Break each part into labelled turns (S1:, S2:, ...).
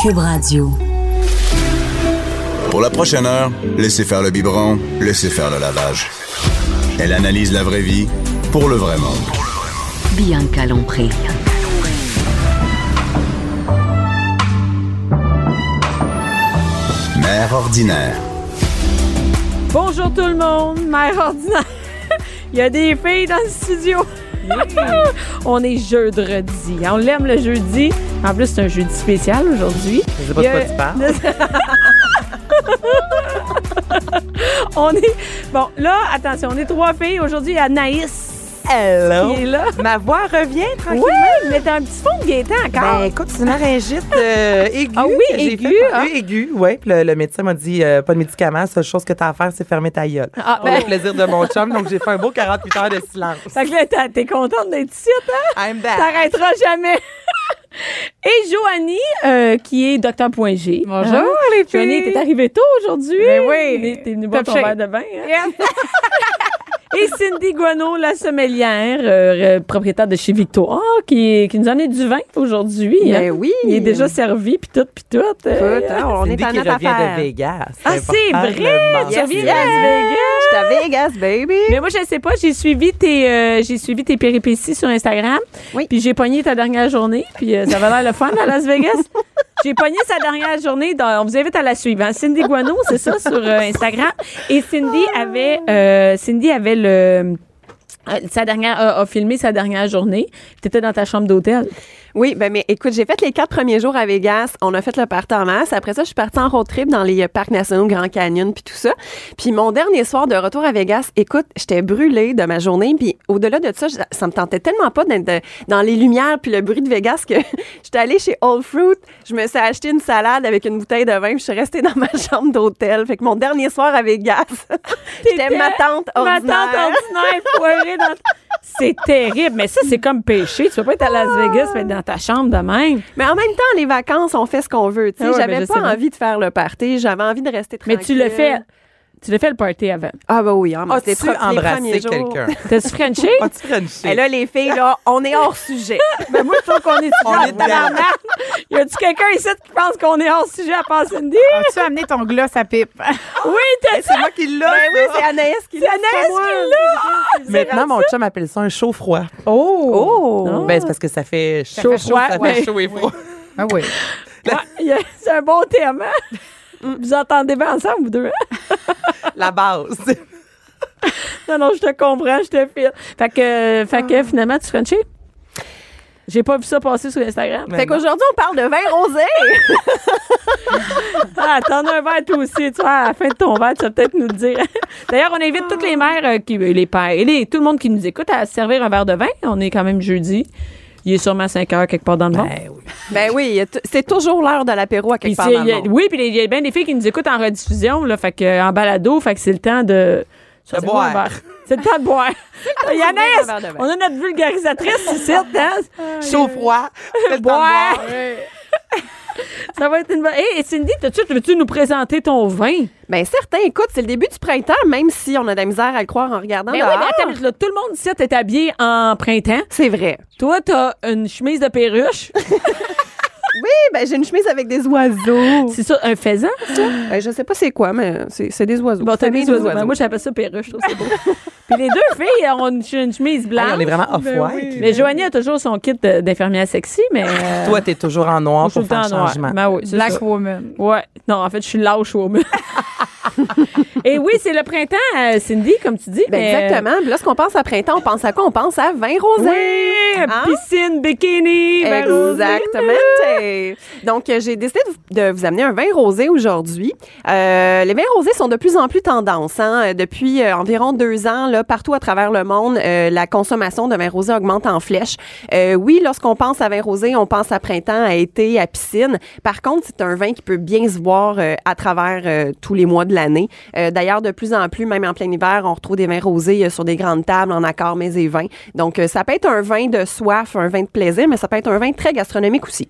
S1: Cube Radio.
S2: Pour la prochaine heure, laissez faire le biberon, laissez faire le lavage. Elle analyse la vraie vie pour le vrai monde.
S1: Bianca Lompré.
S2: Mère ordinaire.
S3: Bonjour tout le monde, mère ordinaire. Il y a des filles dans le studio. on est jeudi. On l'aime le jeudi. En plus, c'est un jeudi spécial aujourd'hui.
S4: Je sais pas de quoi tu parles.
S3: On est. Bon, là, attention, on est trois filles. Aujourd'hui, il y a Anaïs
S4: Hello.
S3: qui est là.
S4: Ma voix revient
S3: Oui,
S4: tranquillement.
S3: mais t'as un petit fond de gaieté encore.
S4: Ben, écoute, c'est une laryngite euh, aiguë.
S3: Ah oui,
S4: que j'ai
S3: aiguë,
S4: fait.
S3: hein?
S4: Oui, aiguë, oui. Puis le, le médecin m'a dit euh, pas de médicaments, seule chose que t'as à faire, c'est fermer ta gueule.
S3: Ah,
S4: Pour
S3: ben-
S4: le plaisir de mon chum, donc j'ai fait un beau 48 heures de silence.
S3: Fait que là, t'as- t'es contente d'être ici, hein?
S4: I'm back.
S3: T'arrêteras jamais. Et Joanie, euh, qui est Docteur Point G.
S5: Bonjour, les filles.
S3: Joanie, t'es arrivée tôt aujourd'hui.
S5: Ben oui.
S3: T'es- T'es venue boire ton
S5: Top shape.
S3: verre de vin. hein? Et Cindy Guano, la sommelière, euh, euh, propriétaire de chez Victoire, qui, qui nous a amené du vin aujourd'hui.
S5: Ben
S4: Eh
S3: hein.
S5: oui.
S3: Il est déjà servi, puis tout, puis tout. euh.
S5: Écoute, hein, on
S4: Cindy
S5: est en
S4: qui
S5: notre
S4: revient
S5: affaire.
S4: de Vegas.
S3: Ah, c'est
S4: important
S3: vrai!
S4: de le
S3: Tu reviens de
S4: mentionner.
S3: Las Vegas.
S5: Je suis à Vegas, baby.
S3: Mais moi, je sais pas, j'ai suivi tes euh, j'ai suivi tes péripéties sur Instagram.
S5: Oui.
S3: Puis j'ai pogné ta dernière journée, puis euh, ça va l'air le fun à Las Vegas. j'ai pogné sa dernière journée. dans- on vous invite à la suivre. hein. Cindy Guano, c'est ça sur euh, Instagram. Et Cindy avait euh, Cindy avait le euh, sa dernière a, a filmé sa dernière journée. T'étais dans ta chambre d'hôtel.
S5: Oui, ben mais écoute, j'ai fait les quatre premiers jours à Vegas. On a fait le party en masse. Après ça, je suis partie en road trip dans les euh, parcs nationaux, Grand Canyon, puis tout ça. Puis mon dernier soir de retour à Vegas, écoute, j'étais brûlée de ma journée. Puis au-delà de ça, je- ça me tentait tellement pas d'être de- dans les lumières puis le bruit de Vegas que j'étais allée chez All Fruit. Je me suis acheté une salade avec une bouteille de vin. puis Je suis restée dans ma chambre d'hôtel. Fait que mon dernier soir à Vegas, j'étais
S3: T'étais
S5: ma tante ordinaire.
S3: Ma tante ordinaire foirée dans c'est terrible, mais ça, c'est comme péché. Tu peux pas être à Las
S5: Ah.
S3: Vegas, mais être dans ta chambre de même.
S5: Mais en même temps, les vacances, on fait ce qu'on veut. tu sais.
S3: Ah ouais, ben, je
S5: j'avais
S3: sais
S5: pas
S3: bien.
S5: envie de faire le party, j'avais envie de rester
S3: Mais
S5: tranquille.
S3: tu le fais. Tu le fais le party avant.
S5: Ah bah oui, hein, mais c'est
S4: As-tu
S5: pro- les
S4: embrassé
S5: premiers jours.
S4: quelqu'un?
S3: T'as-tu Frenché?
S4: As-tu frenché?
S5: Et là, les filles, là, on est hors sujet.
S3: Mais moi, je trouve qu'on est
S4: On est dedans.
S3: tabarnak. Y a-tu quelqu'un ici qui pense qu'on est hors sujet à part Cindy?
S6: As-tu amené ton gloss à pipe?
S3: Oui, t'as
S4: c'est moi qui l'ai.
S5: Ben oui,
S4: ça.
S5: c'est Anaïs qui
S3: C'est
S5: l'a.
S3: Anaïs
S5: c'est pas moi.
S3: qui l'a!
S4: Maintenant, mon chum appelle ça un chaud-froid.
S3: Oh! Oh!
S4: Ben, c'est parce que ça fait chaud,
S3: fait froid,
S4: ça
S3: ouais.
S4: fait chaud et froid.
S6: Ah oui.
S3: Ouais, y a- c'est un bon thème, hein? Vous entendez bien ensemble, vous deux, hein?
S4: La base.
S3: Non, non, je te comprends, je te file. Fait que, euh, fait que finalement, tu Frenchie? J'ai pas vu ça passer sur Instagram.
S5: Fait qu'aujourd'hui, on parle de vin rosé.
S3: Ah, t'en as un verre toi aussi, tu vois, à la fin de ton verre, tu vas peut-être nous le dire. D'ailleurs, on invite toutes les mères, euh, qui, euh, les pères et les- tout le monde qui nous écoute à se servir un verre de vin. On est quand même jeudi. Il est sûrement 5 heures quelque part dans le monde.
S5: ben oui, il y a t- c'est toujours l'heure de l'apéro à
S3: Puis
S5: quelque part
S3: c'est-
S5: dans
S3: il y
S5: le
S3: a-
S5: monde.
S3: oui, puis il y a bien des filles qui nous écoutent en rediffusion, là, fait que, euh, en balado, fait que c'est le temps de... Ça, c'est
S4: boire.
S3: quoi, un verre? C'est le temps de boire.
S5: un verre
S3: Yannès,
S5: de vin.
S3: on a notre vulgarisatrice ici, hein?
S4: Chaud-froid. c'est le temps de
S3: Boire.
S4: boire.
S3: Ça va être une bonne... Hey, Cindy, t'as-tu- veux-tu nous présenter ton vin?
S5: Ben certain, écoute, c'est le début du printemps, même si on a de la misère à le croire en regardant
S3: Mais Ben oui,
S5: Hein, dehors.
S3: mais attends, une minute, là, tout le monde ici est habillé en printemps.
S5: c'est vrai.
S3: Toi, t'as une chemise de perruche.
S5: Eh ben, j'ai une chemise avec des oiseaux.
S3: C'est ça, un faisan?
S5: Ben, je sais pas c'est quoi, mais c'est c'est des oiseaux.
S3: Bon, t'as
S5: C'est
S3: mis
S5: des
S3: oiseaux. Ben, moi, j'appelle ça perruche. je trouve que C'est beau. Puis les deux filles ont une, ch- une chemise blanche.
S4: Hey, on est vraiment off-white.
S3: Mais Joanie a toujours son kit de- d'infirmière sexy, mais. euh,
S4: Toi, t'es toujours en
S3: moi,
S4: noir
S3: je suis
S4: pour
S3: tout le
S4: faire
S3: temps en noir.
S4: changement.
S3: Ben oui, c'est
S6: Black
S3: ça.
S6: woman.
S3: Ouais. Non, en fait, je suis lâche woman. Et oui, c'est le printemps, euh, Cindy, comme tu dis.
S5: Ben,
S3: mais-
S5: Exactement. Puis lorsqu'on pense à printemps, on pense à quoi? On pense à vin rosé.
S3: Oui,
S5: Hein?
S3: piscine, bikini, vin rosé.
S5: Exactement. Donc, euh, j'ai décidé de vous- de vous amener un vin rosé aujourd'hui. Euh, les vins rosés sont de plus en plus tendance. hein. Euh, Depuis euh, environ deux ans, là, partout à travers le monde, euh, la consommation de vin rosé augmente en flèche. Euh, oui, lorsqu'on pense à vin rosé, on pense à printemps, à été, à piscine. Par contre, c'est un vin qui peut bien se voir euh, à travers euh, tous les mois de l'année. Euh, D'ailleurs, de plus en plus, même en plein hiver, on retrouve des vins rosés euh, sur des grandes tables en accord mets et vins. Donc, euh, ça peut être un vin de soif, un vin de plaisir, mais ça peut être un vin très gastronomique aussi.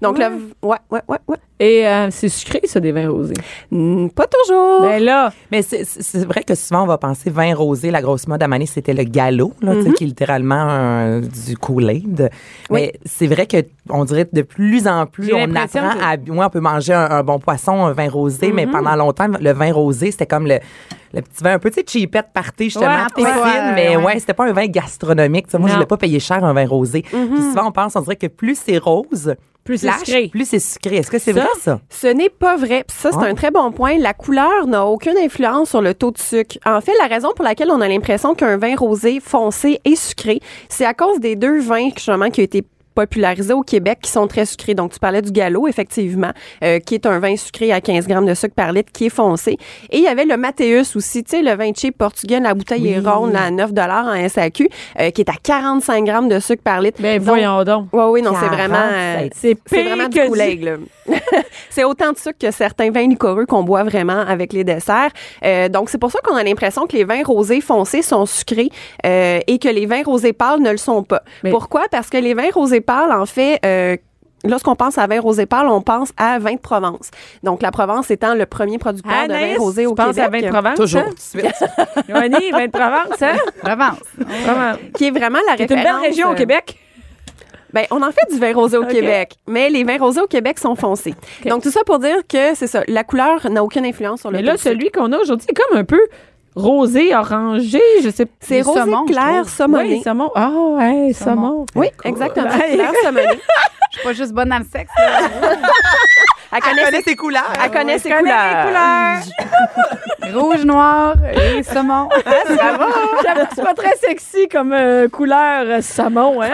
S5: Donc, là, ouais, ouais, ouais, ouais.
S3: Et euh, c'est sucré, ça, des vins rosés.
S5: Hmm, pas toujours.
S3: Ben là,
S4: Mais c'est- c'est c'est vrai que souvent, on va penser vin rosé. La grosse mode à Mané, c'était le galop, là,
S3: Mm-hmm.
S4: tu sais, qui est littéralement un- du Kool-Aid. Mais c'est vrai que on dirait que de plus en plus,
S3: J'ai
S4: on
S3: l'impression
S4: apprend
S3: que- Mm-hmm.
S4: à. Moi, on peut manger un, un bon poisson, un vin rosé, mais pendant longtemps, le vin rosé, c'était comme le. Le petit vin un peu, tu sais, cheapette party, justement,
S3: Ouais,
S4: piscine,
S6: ouais,
S4: mais ouais,
S6: ouais.
S4: c'était pas un vin gastronomique. Tu sais, moi, je
S3: Non. Mm-hmm.
S4: l'ai pas payé cher, un vin rosé. Puis souvent, on pense, on dirait que plus c'est rose,
S3: Plus c'est
S4: flash,
S3: sucré.
S4: Plus c'est sucré. Est-ce que c'est
S3: Ça?
S4: vrai, ça?
S5: Ce n'est pas vrai. Puis ça, c'est
S4: Oh.
S5: un très bon point. La couleur n'a aucune influence sur le taux de sucre. En fait, la raison pour laquelle on a l'impression qu'un vin rosé foncé est sucré, c'est à cause des deux vins justement qui ont été popularisés au Québec qui sont très sucrés. Donc, tu parlais du galop, effectivement, euh, qui est un vin sucré à 15 grammes de sucre par litre, qui est foncé. Et il y avait le Mateus aussi, tu sais, le vin cheap portugais, la bouteille est ronde, là, à 9 en SAQ, euh, qui est à 45 grammes de sucre par litre.
S3: ben
S5: Donc,
S3: voyons donc.
S5: oui, oui, non, c'est vraiment. euh,
S4: 47.
S3: C'est
S5: c'est
S3: pire
S5: vraiment du
S3: que
S5: Kool-Aid, là. c'est autant de sucre que certains vins liquoreux qu'on boit vraiment avec les desserts. Euh, donc, c'est pour ça qu'on a l'impression que les vins rosés foncés sont sucrés euh, et que les vins rosés pâles ne le sont pas.
S3: Mais-
S5: Pourquoi? Parce que les vins rosés pâles, en fait... euh, Lorsqu'on pense à vin rosé pâle, on pense à vin de Provence. Donc, la Provence étant le premier producteur de
S3: Anaïs,
S5: vin rosé
S3: tu
S5: au
S3: penses
S5: Québec.
S3: à vin de Provence,
S4: Toujours,
S3: hein?
S4: tout de suite.
S3: Joanie, vin de Provence, hein?
S6: Provence.
S3: Provence.
S5: Qui est vraiment la
S3: C'est
S5: référence.
S3: une belle région au
S5: euh,
S3: Québec.
S5: Ben, on en fait du vin rosé au
S3: OK.
S5: Québec, mais les vins rosés au Québec sont foncés. Donc, tout ça pour dire que c'est ça. La couleur n'a aucune influence sur le
S3: Mais
S5: taux
S3: là,
S5: de sucre.
S3: celui qu'on a aujourd'hui est comme un peu rosé, orangé, je sais pas.
S5: C'est
S6: du
S5: rosé
S6: saumon, je
S5: clair
S6: trouve.
S5: saumonné.
S3: Oui, saumon. Ah, ouais, saumon.
S5: Oui, exactement.
S3: Hey.
S5: Clair saumonné.
S6: Je suis pas juste bonne dans le sexe. là.
S5: Elle
S4: Elle
S5: connaît
S4: connaît
S5: ses,
S4: ses
S3: Ah,
S4: couleurs.
S5: elle connaît ses
S6: connaît les
S5: couleurs.
S6: Rouge, noir et saumon.
S3: J'avoue que c'est pas très sexy comme euh, couleur euh, saumon, hein?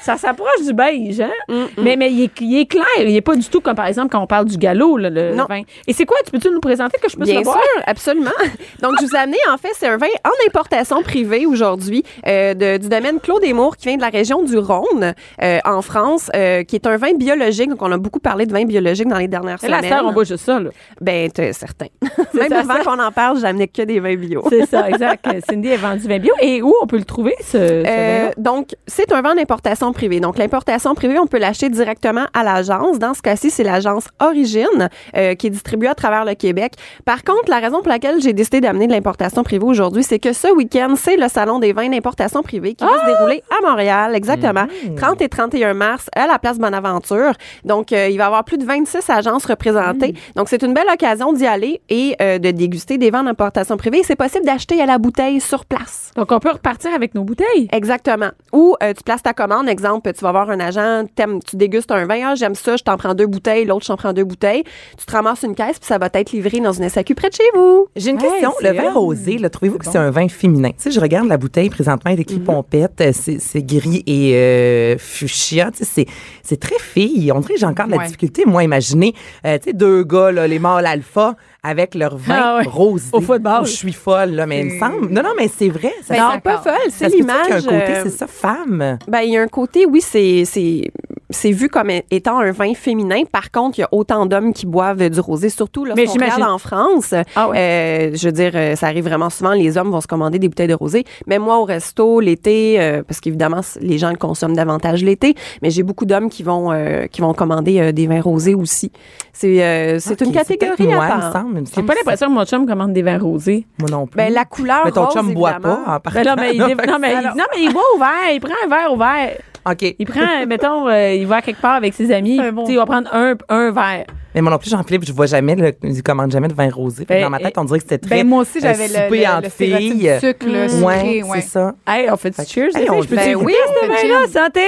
S3: Ça s'approche du beige, hein? Mais, mais il, est, il est clair. Il est pas du tout comme, par exemple, quand on parle du galop, là, le
S5: Non.
S3: vin. Et c'est quoi? Tu peux-tu nous présenter que je puisse
S5: Bien
S3: le
S5: sûr,
S3: boire?
S5: absolument. Donc, je vous ai amené, en fait, c'est un vin en importation privée aujourd'hui euh, de- du domaine Claude Mours qui vient de la région du Rhône, euh, en France, euh, qui est un vin biologique. Donc, on a beaucoup parlé de vin biologique dans les dernières
S3: Et la
S5: semaines.
S3: sœur, on boit juste ça, là.
S5: Ben, t'es certain. Même
S3: ça,
S5: avant
S3: ça.
S5: qu'on en parle, j'amenais que des vins bio.
S3: C'est ça, exact. Cindy a vendu vin bio. Et où on peut le trouver, ce, ce
S5: Euh,
S3: vin-là?
S5: donc, c'est un vin d'importation privée. Donc, l'importation privée, on peut l'acheter directement à l'agence. Dans ce cas-ci, c'est l'agence Origine euh, qui est distribuée à travers le Québec. Par contre, la raison pour laquelle j'ai décidé d'amener de l'importation privée aujourd'hui, c'est que ce week-end, c'est le Salon des vins d'importation privée qui va se dérouler à Montréal, exactement, 30 et 31 mars à la place Bonaventure. Donc, euh, il va y avoir plus de 26 agences représentées. Donc, c'est une belle occasion d'y aller et euh, de déguster des vins d'importation privée. C'est possible d'acheter à la bouteille sur place.
S3: Donc, on peut repartir avec nos bouteilles.
S5: Exactement. Ou euh, tu places ta commande, exemple, tu vas voir un agent, t'aimes- tu dégustes un vin, Ah, j'aime ça, je t'en prends deux bouteilles, l'autre, j'en prends deux bouteilles. Tu te ramasses une caisse, puis ça va être livré dans une SAQ près de chez vous.
S4: J'ai une
S3: Ouais,
S4: question.
S3: c'est
S4: Le vin
S3: hot.
S4: rosé, là, trouvez-vous que c'est un vin féminin? Tu sais, je regarde la bouteille présentement, elle est écrit pompette, euh, c'est, c'est gris et euh, fuchsia. Tu sais, c'est, c'est très fille. On dirait que j'ai encore de la
S6: Ouais.
S4: difficulté, moi, à imaginer, euh, tu sais, deux gars, là, les mâles alpha, avec leur vin
S3: Ah ouais.
S4: rosé. Oh,
S3: Au football.
S4: Je suis folle, là, mais il me semble. Non, non, mais c'est vrai. Ça,
S6: Ben,
S4: ça-
S5: Non, pas
S6: d'accord.
S4: ça
S5: folle, c'est
S4: se peut-tu qu'il y a un
S5: l'image.
S4: côté,
S5: euh,
S4: c'est ça, femme.
S5: Ben, il y a un côté, oui, c'est, c'est, c'est vu comme étant un vin féminin. Par contre, il y a autant d'hommes qui boivent du rosé, surtout
S3: Mais
S5: lorsqu'on
S3: j'imagine.
S5: regarde en France.
S3: Ah
S5: Euh, je veux dire, euh, ça arrive vraiment souvent. Les hommes vont se commander des bouteilles de rosé. Même moi, au resto, l'été, euh, parce qu'évidemment, c- les gens le consomment davantage l'été, mais j'ai beaucoup d'hommes qui vont, euh, qui vont commander euh, des vins rosés aussi. C'est, euh, c'est
S4: Ok,
S5: une
S4: peut-être
S5: catégorie
S4: moi,
S5: à
S4: il me
S5: part.
S4: semble, il me
S3: J'ai
S4: semble
S3: pas
S4: que
S3: l'impression que mon chum commande des vins rosés.
S4: c'est- Moi non plus.
S5: Ben, la couleur
S4: mais ton
S5: rose,
S4: chum boit pas
S5: évidemment.
S4: en
S3: Ben non, mais il,
S4: partant.
S3: non, mais il- non, mais il boit ouvert. Il prend un verre ouvert.
S4: OK.
S3: Il prend, mettons, euh, il va quelque part avec ses amis.
S6: Un bon
S3: tu sais, il va prendre un, un verre.
S4: Mais moi non plus, Jean-Philippe, je vois jamais, le, je commande jamais de vin rosé. Fait que
S3: Ben,
S4: dans ma tête,
S3: et-
S4: on dirait que c'était très.
S6: Ben, moi aussi, j'avais
S4: euh,
S6: le,
S4: souper
S6: le,
S4: entre
S6: le stéréotype
S4: filles.
S6: du sucre, là,
S4: Ouais,
S6: sucré, ouais.
S4: c'est ça.
S3: Hey, on fait du
S4: Fait que-
S3: cheers.
S4: Hey,
S3: tu sais,
S4: on
S3: je peux
S4: le fait.
S3: te
S6: Ben
S3: goûter
S6: oui, on
S3: ce
S6: fait
S3: vin-là?
S6: cheers.
S3: Santé!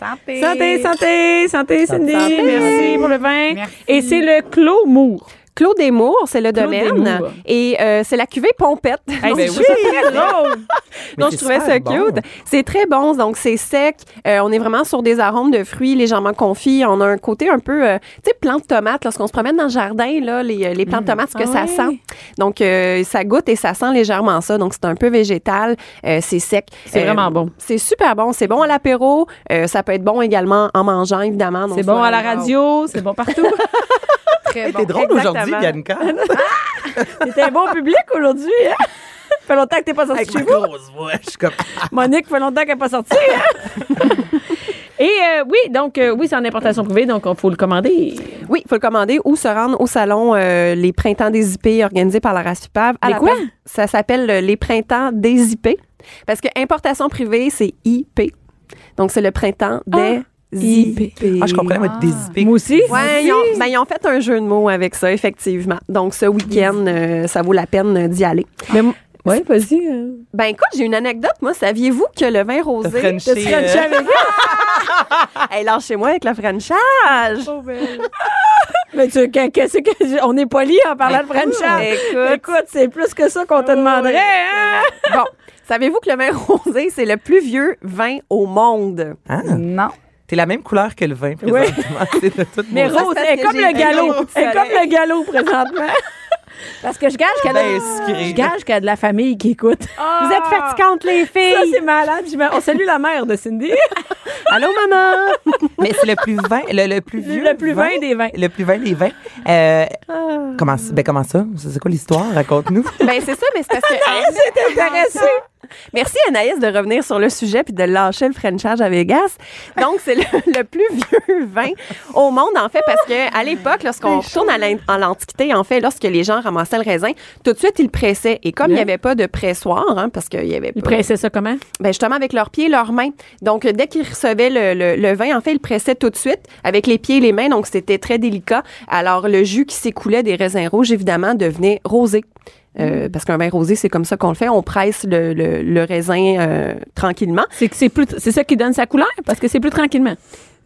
S6: Santé.
S3: Santé, santé, santé, Cindy.
S6: Santé.
S3: Merci pour le vin.
S6: Merci.
S3: Et c'est le Clos Mour.
S5: Claude Desmours, c'est le
S3: Claude
S5: domaine.
S3: Desmours.
S5: Et euh, c'est la cuvée Pompette.
S3: Hey,
S5: Donc,
S3: c'est
S4: ben
S5: je
S3: juste très drôle.
S4: Mais
S5: donc,
S4: c'est
S5: je trouvais
S4: super
S5: ça
S4: bon.
S5: cute. C'est très bon. Donc, c'est sec. Euh, on est vraiment sur des arômes de fruits légèrement confits. On a un côté un peu, euh, tu sais, plante tomate. Lorsqu'on se promène dans le jardin, là, les, les plantes tomates, ce que
S3: Ah
S5: ça
S3: ouais.
S5: sent. Donc, euh, ça goûte et ça sent légèrement ça. Donc, c'est un peu végétal. Euh, c'est sec.
S3: C'est
S5: Euh,
S3: vraiment bon.
S5: C'est super bon. C'est bon à l'apéro. Euh, ça peut être bon également en mangeant, évidemment. Donc,
S3: C'est bon à la
S5: wow.
S3: radio, c'est bon partout.
S6: Très bon.
S4: T'es drôle aujourd'hui,
S5: exactement.
S4: Bianca.
S3: T'es un bon public aujourd'hui. Hein? Fait longtemps que t'es pas sorti
S4: Avec
S3: chez
S4: ma
S3: vous.
S4: grosse voix, je suis comme...
S3: Monique, fait longtemps qu'elle n'est pas sortie. hein? Et euh, oui, donc euh, oui, c'est en importation privée, donc il faut le commander.
S5: Oui, il faut le commander ou se rendre au salon euh, Les Printemps des IP organisé par la RASUPAV. À
S3: Les
S5: la
S3: quoi?
S5: place- Ça s'appelle euh, Les Printemps des IP. Parce que importation privée, c'est IP. Donc, c'est le printemps des IP.
S4: Ah, je comprenais, moi, désipé.
S3: Moi aussi.
S5: Ouais, ils ont, ben, ils ont fait un jeu de mots avec ça, effectivement. Donc, ce week-end, euh, ça vaut la peine euh, d'y aller.
S3: Mais m- ouais, vas-y. euh.
S5: Ben, écoute, j'ai une anecdote. Moi, saviez-vous que le vin rosé.
S4: Frenché,
S5: de-
S4: euh,
S5: Frenché avec- Hey, lâchez-moi avec le Frenchage!
S3: Mais tu, qu'est- qu'est-ce que on est poli en parlant de French
S5: Écoute.
S3: Écoute, c'est plus que ça qu'on te demanderait. hein?
S5: Bon, savez-vous que le vin rosé, c'est le plus vieux vin au monde?
S3: euh,
S4: Ah,
S6: Non.
S4: t'es la même couleur que le vin, présentement. C'est de toute
S3: Mais
S4: mon-
S3: Rose,
S5: parce
S3: elle est
S5: que
S3: comme
S5: j'ai
S3: le
S5: un
S3: galop.
S5: gros petit
S3: Elle est comme
S5: soleil.
S3: le galop présentement. Parce que je gage qu'elle a,
S4: Ben, sacré.
S3: je gage qu'elle a de la famille qui écoute.
S5: Vous êtes fatigantes, les
S3: Ah! Ça,
S5: filles!
S3: c'est malade. Je me- On salue la mère de Cindy.
S5: Allô, maman!
S4: Mais c'est le plus vin, le, le plus vieux.
S3: Le plus vin des vins.
S4: Le plus vin des vins. Euh, comment, ben comment ça? C'est c'est quoi l'histoire? Raconte-nous.
S5: ben, c'est ça, mais c'est parce que.
S3: C'est intéressant.
S5: Merci, Anaïs, de revenir sur le sujet puis de lâcher le Frenchage à Vegas. Donc, c'est le, le plus vieux vin au monde, en fait, parce que à l'époque, lorsqu'on retourne à l'in- en l'Antiquité, en fait, lorsque les gens ramassaient le raisin, tout de suite, ils le pressaient. Et comme il n'y avait pas de pressoir, hein, parce qu'il n'y avait
S3: Il
S5: pas.
S3: pressait ça comment?
S5: Ben justement avec leurs pieds et leurs mains. Donc euh, dès qu'ils recevaient le, le- le vin, en fait, ils pressaient tout de suite avec les pieds et les mains. Donc c'était très délicat. Alors le jus qui s'écoulait des raisins rouges, évidemment, devenait rosé. Euh, Parce qu'un vin rosé, c'est comme ça qu'on le fait. On presse le, le- le raisin euh, tranquillement.
S3: C'est que c'est plus, c'est ça qui donne sa couleur parce que c'est plus tranquillement.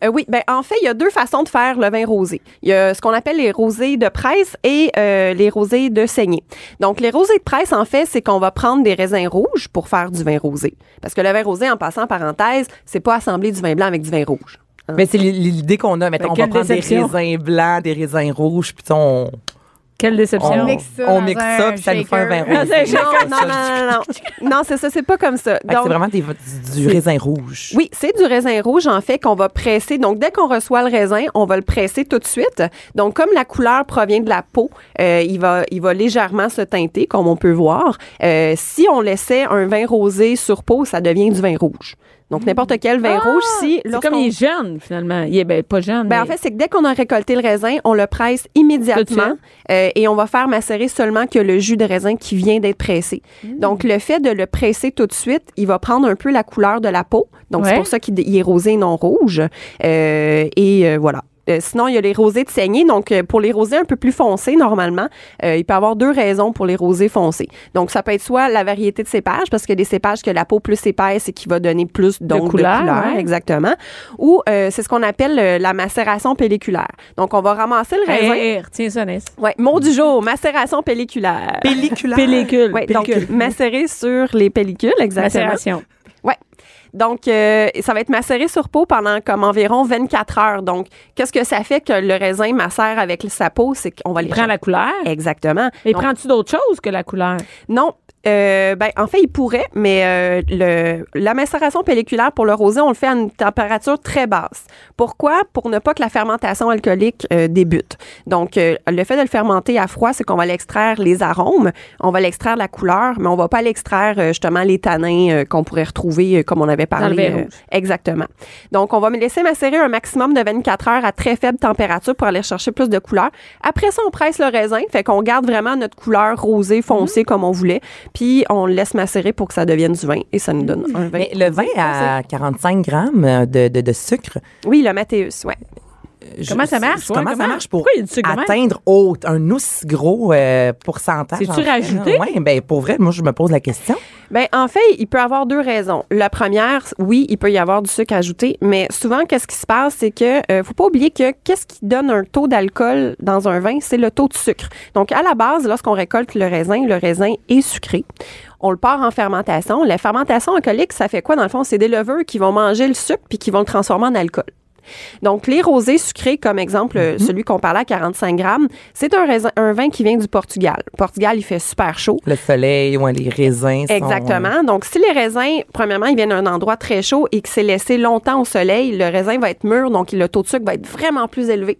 S5: Euh, oui, ben en fait, il y a deux façons de faire le vin rosé. Il y a ce qu'on appelle les rosés de presse et euh, les rosés de saignée. Donc, les rosés de presse, en fait, c'est qu'on va prendre des raisins rouges pour faire du vin rosé. Parce que le vin rosé, en passant parenthèse, c'est pas assembler du vin blanc avec du vin rouge. hein.
S4: Mais c'est l- l'idée qu'on a. Mettons,
S3: Ben,
S4: on va
S3: quelle
S4: prendre
S3: déception.
S4: des raisins blancs, des raisins rouges, puis on,
S3: Quelle déception.
S4: on,
S6: mixe ça
S4: on
S6: dans
S4: mixe
S6: un
S4: ça, puis ça nous fait un vin
S6: shaker.
S4: rouge.
S3: Dans un shaker.
S5: Non, non, non, non, non, non. Non, c'est ça, c'est pas comme ça.
S4: Fait que
S5: Donc,
S4: C'est vraiment des, du, du raisin rouge.
S5: Oui, c'est du raisin rouge, en fait, qu'on va presser. Donc, dès qu'on reçoit le raisin, on va le presser tout de suite. Donc, comme la couleur provient de la peau, euh, il, va, il va légèrement se teinter, comme on peut voir. Euh, si on laissait un vin rosé sur peau, ça devient du vin rouge. Donc, n'importe quel vin rouge, si...
S3: Hmm. Ah! C'est
S5: lorsqu'on-
S3: comme il est jeune, finalement. Il est ben, pas jeune.
S5: Ben,
S3: mais
S5: en fait, c'est que dès qu'on a récolté le raisin, on le presse immédiatement
S3: Tout
S5: euh, et on va faire macérer seulement que le jus de raisin qui vient d'être pressé.
S3: Mmh.
S5: Donc, le fait de le presser tout de suite, il va prendre un peu la couleur de la peau. Donc,
S3: Ouais.
S5: c'est pour ça qu'il il est rosé et non rouge. Euh, et euh, voilà. Euh, sinon, il y a les rosés de saignée. Donc, euh, pour les rosés un peu plus foncés, normalement, euh, il peut y avoir deux raisons pour les rosés foncés. Donc, ça peut être soit la variété de cépage, parce que des cépages que la peau plus épaisse et qui va donner plus donc, de
S3: couleur,
S5: couleur,
S3: ouais.
S5: exactement, ou euh, c'est ce qu'on appelle euh, la macération pelliculaire. Donc, on va ramasser le
S3: Hey,
S5: raisin.
S3: hey, hey, retiens ça, Ness.
S5: Ouais, mot du jour, macération pelliculaire.
S4: Pelliculaire.
S3: Pellicule.
S5: Ouais, donc, euh,
S3: pellicule.
S5: macérer sur les pellicules, exactement.
S3: Macération.
S5: Ouais. Donc, euh, ça va être macéré sur peau pendant comme environ 24 heures. Donc, qu'est-ce que ça fait que le raisin macère avec sa peau? C'est qu'on va les
S3: Il prend la couleur.
S5: Exactement.
S3: Mais
S5: Donc,
S3: prends-tu d'autres choses que la couleur?
S5: Non. Euh, ben, en fait, il pourrait, mais euh, le, la macération pelliculaire pour le rosé, on le fait à une température très basse. Pourquoi? Pour ne pas que la fermentation alcoolique euh, débute. Donc, euh, le fait de le fermenter à froid, c'est qu'on va l'extraire les arômes, on va l'extraire la couleur, mais on va pas l'extraire euh, justement les tanins euh, qu'on pourrait retrouver, euh, comme on avait parlé.
S3: le verre rouge.
S5: exactement. Donc, on va me laisser macérer un maximum de 24 heures à très faible température pour aller chercher plus de couleur. Après ça, on presse le raisin, fait qu'on garde vraiment notre couleur rosée foncée comme on voulait, puis on le laisse macérer pour que ça devienne du vin et ça nous donne un vin.
S4: Mais le vin à 45 grammes euh, de, de, de sucre,
S5: Oui, le Mathéus, ouais.
S4: je-
S3: Comment ça marche,
S4: Comment,
S3: ouais,
S4: ça
S3: comment?
S4: marche pour
S3: Pourquoi il y a du sucre de même?
S4: atteindre au- un aussi gros euh, pourcentage?
S3: C'est-tu
S4: en fait?
S3: rajouté?
S4: Oui, ben pour vrai, moi, je me pose la question.
S5: Ben, en fait, il peut y avoir deux raisons. La première, oui, il peut y avoir du sucre ajouté, mais souvent, qu'est-ce qui se passe, c'est que euh, faut pas oublier que qu'est-ce qui donne un taux d'alcool dans un vin, c'est le taux de sucre. Donc, à la base, lorsqu'on récolte le raisin, le raisin est sucré. On le part en fermentation. La fermentation alcoolique, ça fait quoi dans le fond? C'est des levures qui vont manger le sucre puis qui vont le transformer en alcool. Donc, les rosés sucrés, comme exemple euh, celui qu'on parlait à 45 grammes, c'est un, raisin- un vin qui vient du Portugal. Portugal, il fait super chaud.
S4: Le soleil, ouais, les raisins. sont, euh,
S5: Exactement. Donc, si les raisins, premièrement, ils viennent d'un endroit très chaud et que c'est laissé longtemps au soleil, le raisin va être mûr, donc le taux de sucre va être vraiment plus élevé.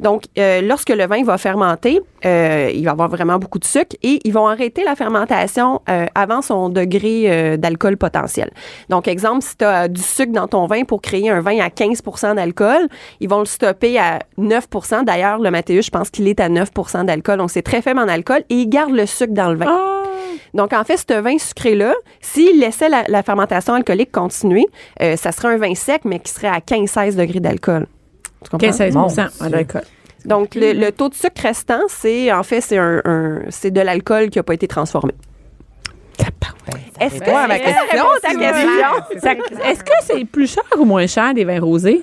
S5: Donc, euh, lorsque le vin va fermenter, euh, il va avoir vraiment beaucoup de sucre et ils vont arrêter la fermentation euh, avant son degré euh, d'alcool potentiel. Donc, exemple, si tu as du sucre dans ton vin pour créer un vin à 15 d'alcool, ils vont le stopper à 9 D'ailleurs, le Mathéus, je pense qu'il est à 9 d'alcool. Donc, c'est très faible en alcool et ils gardent le sucre dans le
S4: Ah!
S5: vin. Donc, en fait, ce vin sucré-là, s'il laissait la, la fermentation alcoolique continuer, euh, ça serait un vin sec, mais qui serait à 15-16 degrés d'alcool. Tu comprends?
S3: 15
S4: Mon
S3: 16
S4: Dieu.
S3: d'accord.
S5: Donc, le, le taux de sucre restant, c'est en fait, c'est un, un- c'est de l'alcool qui n'a pas été transformé. Est-ce que
S4: répond à ma
S5: est-ce que ça
S4: question,
S5: répond à ta
S4: ça.
S5: question?
S3: Ça- Est-ce que c'est plus cher ou moins cher des vins rosés?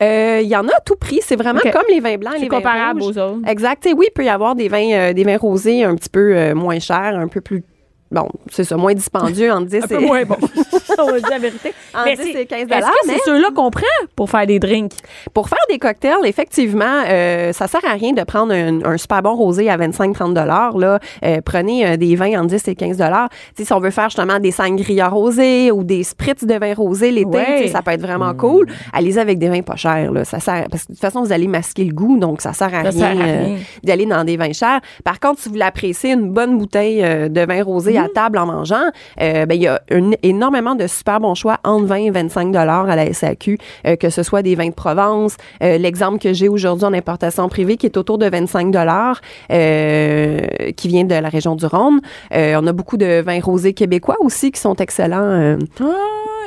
S5: Euh, Il y en a à tout prix. C'est vraiment
S3: Ok.
S5: comme les vins blancs,
S3: C'est
S5: les vins
S3: comparable
S5: rouges.
S3: aux autres.
S5: Exact. Et oui, il peut y avoir des vins, euh, des vins rosés un petit peu euh, moins chers, un peu plus. Bon, c'est ça, moins dispendieux, entre 10
S3: Un peu
S5: et-
S3: moins bon. Euh, On va dire la vérité.
S5: En
S3: Mais
S5: 10
S3: c'est-
S5: et 15
S3: Est-ce que
S5: mais-
S3: c'est ceux-là qu'on prend pour faire des drinks?
S5: Pour faire des cocktails, effectivement, euh, ça sert à rien de prendre un, un super bon rosé à 25-30 dollars. Là, Euh, prenez euh, des vins en 10 et 15 dollars. Tu sais, Si on veut faire justement des sangria rosés ou des spritz de vin rosé l'été,
S3: Ouais.
S5: tu sais, ça peut être vraiment cool. Allez-y avec des vins pas chers. Là. Ça sert, parce que de toute façon, vous allez masquer le goût, donc ça sert à
S3: Ça
S5: rien,
S3: sert à
S5: euh,
S3: rien.
S5: d'aller dans des vins chers. Par contre, si vous l'appréciez, une bonne bouteille euh, de vin rosé
S3: Mm.
S5: à table en mangeant, euh, ben, il y a une- énormément de super bons choix entre 20 et 25 dollars à la SAQ, euh, que ce soit des vins de Provence. Euh, L'exemple que j'ai aujourd'hui en importation privée qui est autour de 25 dollars, euh, qui vient de la région du Rhône. Euh, on a beaucoup de vins rosés québécois aussi qui sont excellents. euh,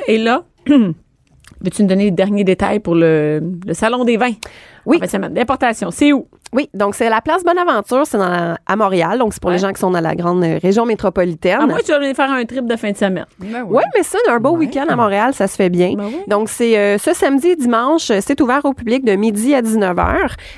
S3: Et là, veux-tu nous donner les derniers détails pour le, le salon des vins?
S5: Oui.
S3: En fin de semaine. L'importation, c'est où?
S5: Oui, donc c'est la place Bonaventure, c'est dans la- à Montréal, donc c'est pour les gens qui sont dans la grande euh, région métropolitaine.
S3: Ah, moi, je vais faire un trip de fin de semaine.
S6: Ben oui.
S5: Oui, mais ça, un beau week-end à Montréal, ça se fait bien.
S3: Ben oui.
S5: Donc, c'est euh, ce samedi et dimanche, euh, c'est ouvert au public de midi à 19h.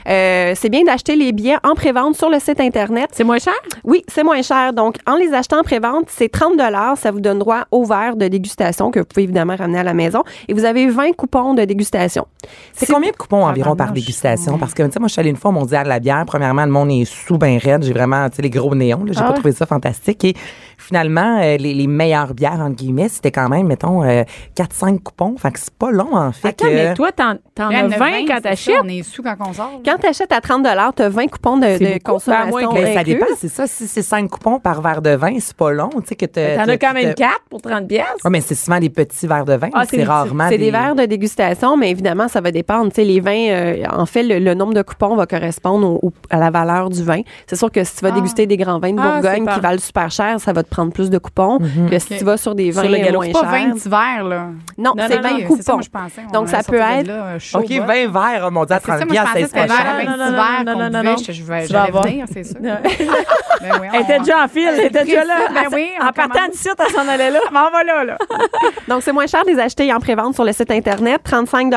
S5: Euh, c'est bien d'acheter les billets en prévente sur le site Internet.
S3: C'est moins cher?
S5: Oui, c'est moins cher. Donc, en les achetant en prévente, c'est 30 Ça vous donne droit au verre de dégustation que vous pouvez évidemment ramener à la maison. Et vous avez 20 coupons de dégustation.
S4: C'est combien de coupons environ par
S6: Tabarnouche.
S4: dégustation? Parce que, tu sais, moi, je suis allée une fois au Mondial de la bière. Premièrement, le monde est sous ben raide. J'ai vraiment, tu sais, les gros néons. là. J'ai pas trouvé ça fantastique. Et finalement, euh, les, les meilleures bières, entre guillemets, c'était quand même, mettons, euh, 4-5 coupons. Fait que c'est pas long, en fait. euh,
S3: Attends,
S4: que-
S3: mais toi, t'en, t'en
S6: Regarde,
S3: as 20
S6: le vin,
S3: quand
S6: c'est
S3: t'achètes.
S6: ça, On est sous quand on sort.
S5: Quand tu achètes à 30 tu as 20 coupons de, de
S3: beaucoup. Ben, à moins
S5: consommation.
S3: que-
S4: Ben, ça
S5: inclus.
S4: dépend, c'est ça. Si c'est 5 coupons par verre de vin, c'est pas long. Tu sais, que t'as-
S3: T'en
S4: Euh, t'as-
S3: as quand même
S4: t'as-
S3: 4 pour 30 piastres.
S4: Ouais, mais c'est souvent des petits verres de vin.
S3: Ah, c'est
S4: c'est
S3: des petits-
S4: rarement
S5: C'est des verres de dégustation, mais évidemment, ça va dépendre. Tu sais, les vins, euh, en fait, le, le nombre de coupons va correspondre au- au- à la valeur du vin. C'est sûr que si tu vas
S6: Ah.
S5: déguster des grands vins de
S3: Ah, c'est
S5: Bourgogne
S3: pas-
S5: qui valent super cher, ça va te prendre plus de coupons que si
S6: Ok.
S5: tu vas sur des vins euh,
S3: le galop,
S5: moins
S6: C'est pas
S5: chers.
S6: 20 hivers, là.
S5: Non,
S3: Non, non,
S5: c'est
S3: non,
S5: 20
S6: Ok, C'est ça,
S5: coupons.
S6: moi, je pensais. On
S5: Donc, ça
S6: allait
S5: peut
S6: sortir de
S5: être-
S6: là, euh, chaud,
S4: OK,
S6: va.
S4: 20 verres, mon Dieu, à
S6: Ah, C'est ça,
S4: 30
S6: moi, je
S4: piastres,
S6: pensais que
S4: c'est
S6: c'était
S4: pas
S3: verres.
S4: cher.
S6: vers
S3: Non, non, non,
S6: 20 hivers
S3: non,
S6: qu'on
S3: non, non.
S6: buvait. Je- Je vais
S3: Tu vas
S6: j'allais
S3: avoir-
S6: venir, c'est sûr.
S3: Non.
S6: Ben oui, on-
S3: Elle était déjà en file, elle était
S6: pris
S3: déjà là.
S6: ça, ben oui, on
S3: en partant
S6: commence.
S3: d'ici, elle s'en allait là. M'en va là, là.
S5: Donc, c'est moins cher de les acheter en pré-vente sur le site Internet. 35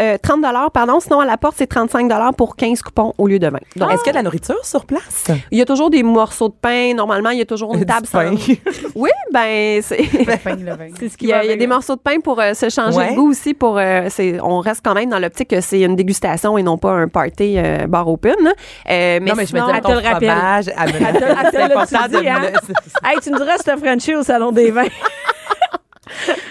S5: euh, 30 pardon. Sinon, à la porte, c'est 35 pour 15 coupons au lieu de 20. Donc,
S4: Est-ce qu'il y a de la nourriture sur place?
S5: il y a toujours des morceaux de pain. Normalement, il y a toujours une
S4: Du
S5: table sans...
S4: pain.
S5: Oui, ben, c'est...
S6: Pain, le vin.
S3: C'est ce
S5: Il
S3: qu'il
S5: y, a,
S3: va
S5: il y a
S3: avec,
S5: des
S3: là.
S5: morceaux de pain pour euh, se changer
S4: Ouais.
S5: de goût aussi. Pour, euh, c'est- on reste quand même dans l'optique que c'est une dégustation et non pas un party euh, bar open. là. Euh, mais
S4: Non, mais je me
S5: sinon,
S4: disais,
S3: elle te
S4: mettons,
S3: le rappelle.
S4: fromage, elle me-
S3: te- elle te
S4: c'est
S3: l'a
S4: important
S3: dit,
S4: de me-
S3: hein? Hey, tu me diras si t'as Frenchie au salon des vins.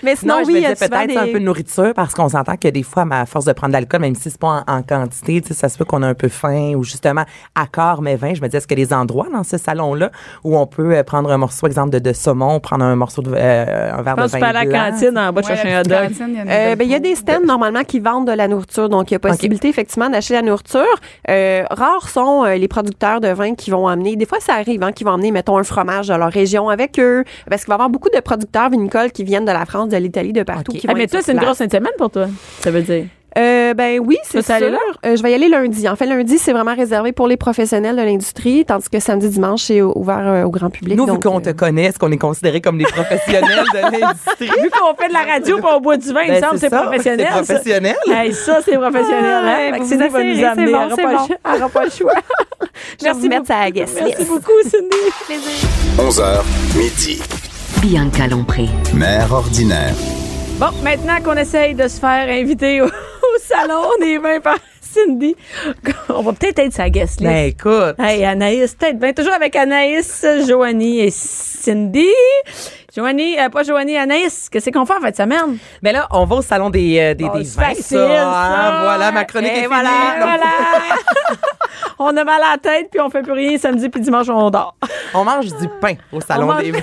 S5: mais sinon,
S4: Non,
S5: oui,
S4: je
S5: il y
S4: me
S5: a
S4: disais
S5: souvent
S4: peut-être un
S5: des-
S4: peu de nourriture parce qu'on s'entend que des fois, à ma force de prendre de l'alcool, même si c'est pas en, en quantité, tu sais, ça se peut qu'on a un peu faim ou justement accord mais vin. Je me disais, est-ce que des endroits dans ce salon-là où on peut euh, prendre un morceau, exemple, de, de saumon, prendre un morceau de euh, un verre
S3: Je pense
S4: de
S3: que tu peux
S4: vin
S3: aller à
S4: blanc?
S3: la cantine en bas de
S6: Ouais,
S3: chercher
S6: la
S3: un
S6: petite
S3: dog.
S6: cantine, une
S5: Euh,
S6: belle
S5: ben, il y a
S6: pause.
S5: des stands normalement qui vendent de la nourriture, donc il y a possibilité effectivement d'acheter de la nourriture. Euh, rares sont euh, les producteurs de vin qui vont amener, des fois ça arrive, hein, qui vont amener, mettons, un fromage de leur région avec eux, parce qu'il va y avoir beaucoup de producteurs vinicoles qui viennent de la France, de l'Italie, de partout.
S4: Ok.
S5: qui
S3: Ah,
S5: vont
S3: mais
S5: être
S3: toi,
S5: sur
S3: c'est une
S5: place.
S3: grosse fin de semaine pour toi, ça veut dire.
S5: Euh, ben oui, c'est
S3: Vas-tu aller
S5: sûr.
S3: là?
S5: Euh, je vais y aller lundi. En fait, lundi, c'est vraiment réservé pour les professionnels de l'industrie, tandis que samedi, dimanche, c'est ou- ouvert euh, au grand public.
S4: Nous, vu
S5: donc,
S4: qu'on
S5: euh,
S4: te connaît, est-ce qu'on est considérés comme des professionnels de l'industrie?
S3: Vu qu'on fait de la radio pour on boit du vin, il me
S4: Ben,
S3: semble que c'est
S4: ça,
S3: professionnel.
S4: C'est
S3: ça.
S4: professionnel.
S3: Hey, ça, c'est professionnel.
S5: Ah,
S3: hein? Fait
S5: vous
S3: que
S5: vous
S3: Cindy va
S5: essayez,
S3: nous
S5: c'est
S3: amener.
S5: bon,
S3: Elle aura
S5: c'est
S3: pas le
S5: bon.
S3: choix. Elle n'aura pas le choix.
S5: Je vais vous
S3: Merci
S5: mettre
S3: beaucoup.
S5: ça à la guest
S3: Merci
S5: list.
S3: beaucoup, Cindy.
S2: 11h, midi.
S1: Bianca Lompré.
S2: Mère ordinaire.
S3: Bon, maintenant qu'on essaye de se faire inviter au, au salon des vins par Cindy, on va peut-être être sa guest list.
S4: Ben écoute,
S3: Hey Anaïs, peut-être bien toujours avec Anaïs, Joanie et Cindy. Joanie, euh, pas Joanie, Anaïs, qu'est-ce qu'on fait en fin de semaine?
S4: mais là, on va au salon des, euh, des,
S3: Oh,
S4: des
S3: c'est
S4: vins,
S3: facile,
S4: ça. hein.
S3: ça.
S4: Voilà, ma chronique
S3: Et
S4: est
S3: voilà,
S4: finie.
S3: voilà. on a mal à la tête, puis on fait plus rien samedi, puis dimanche, on dort.
S4: On mange du pain au salon
S3: mange-
S4: des vins.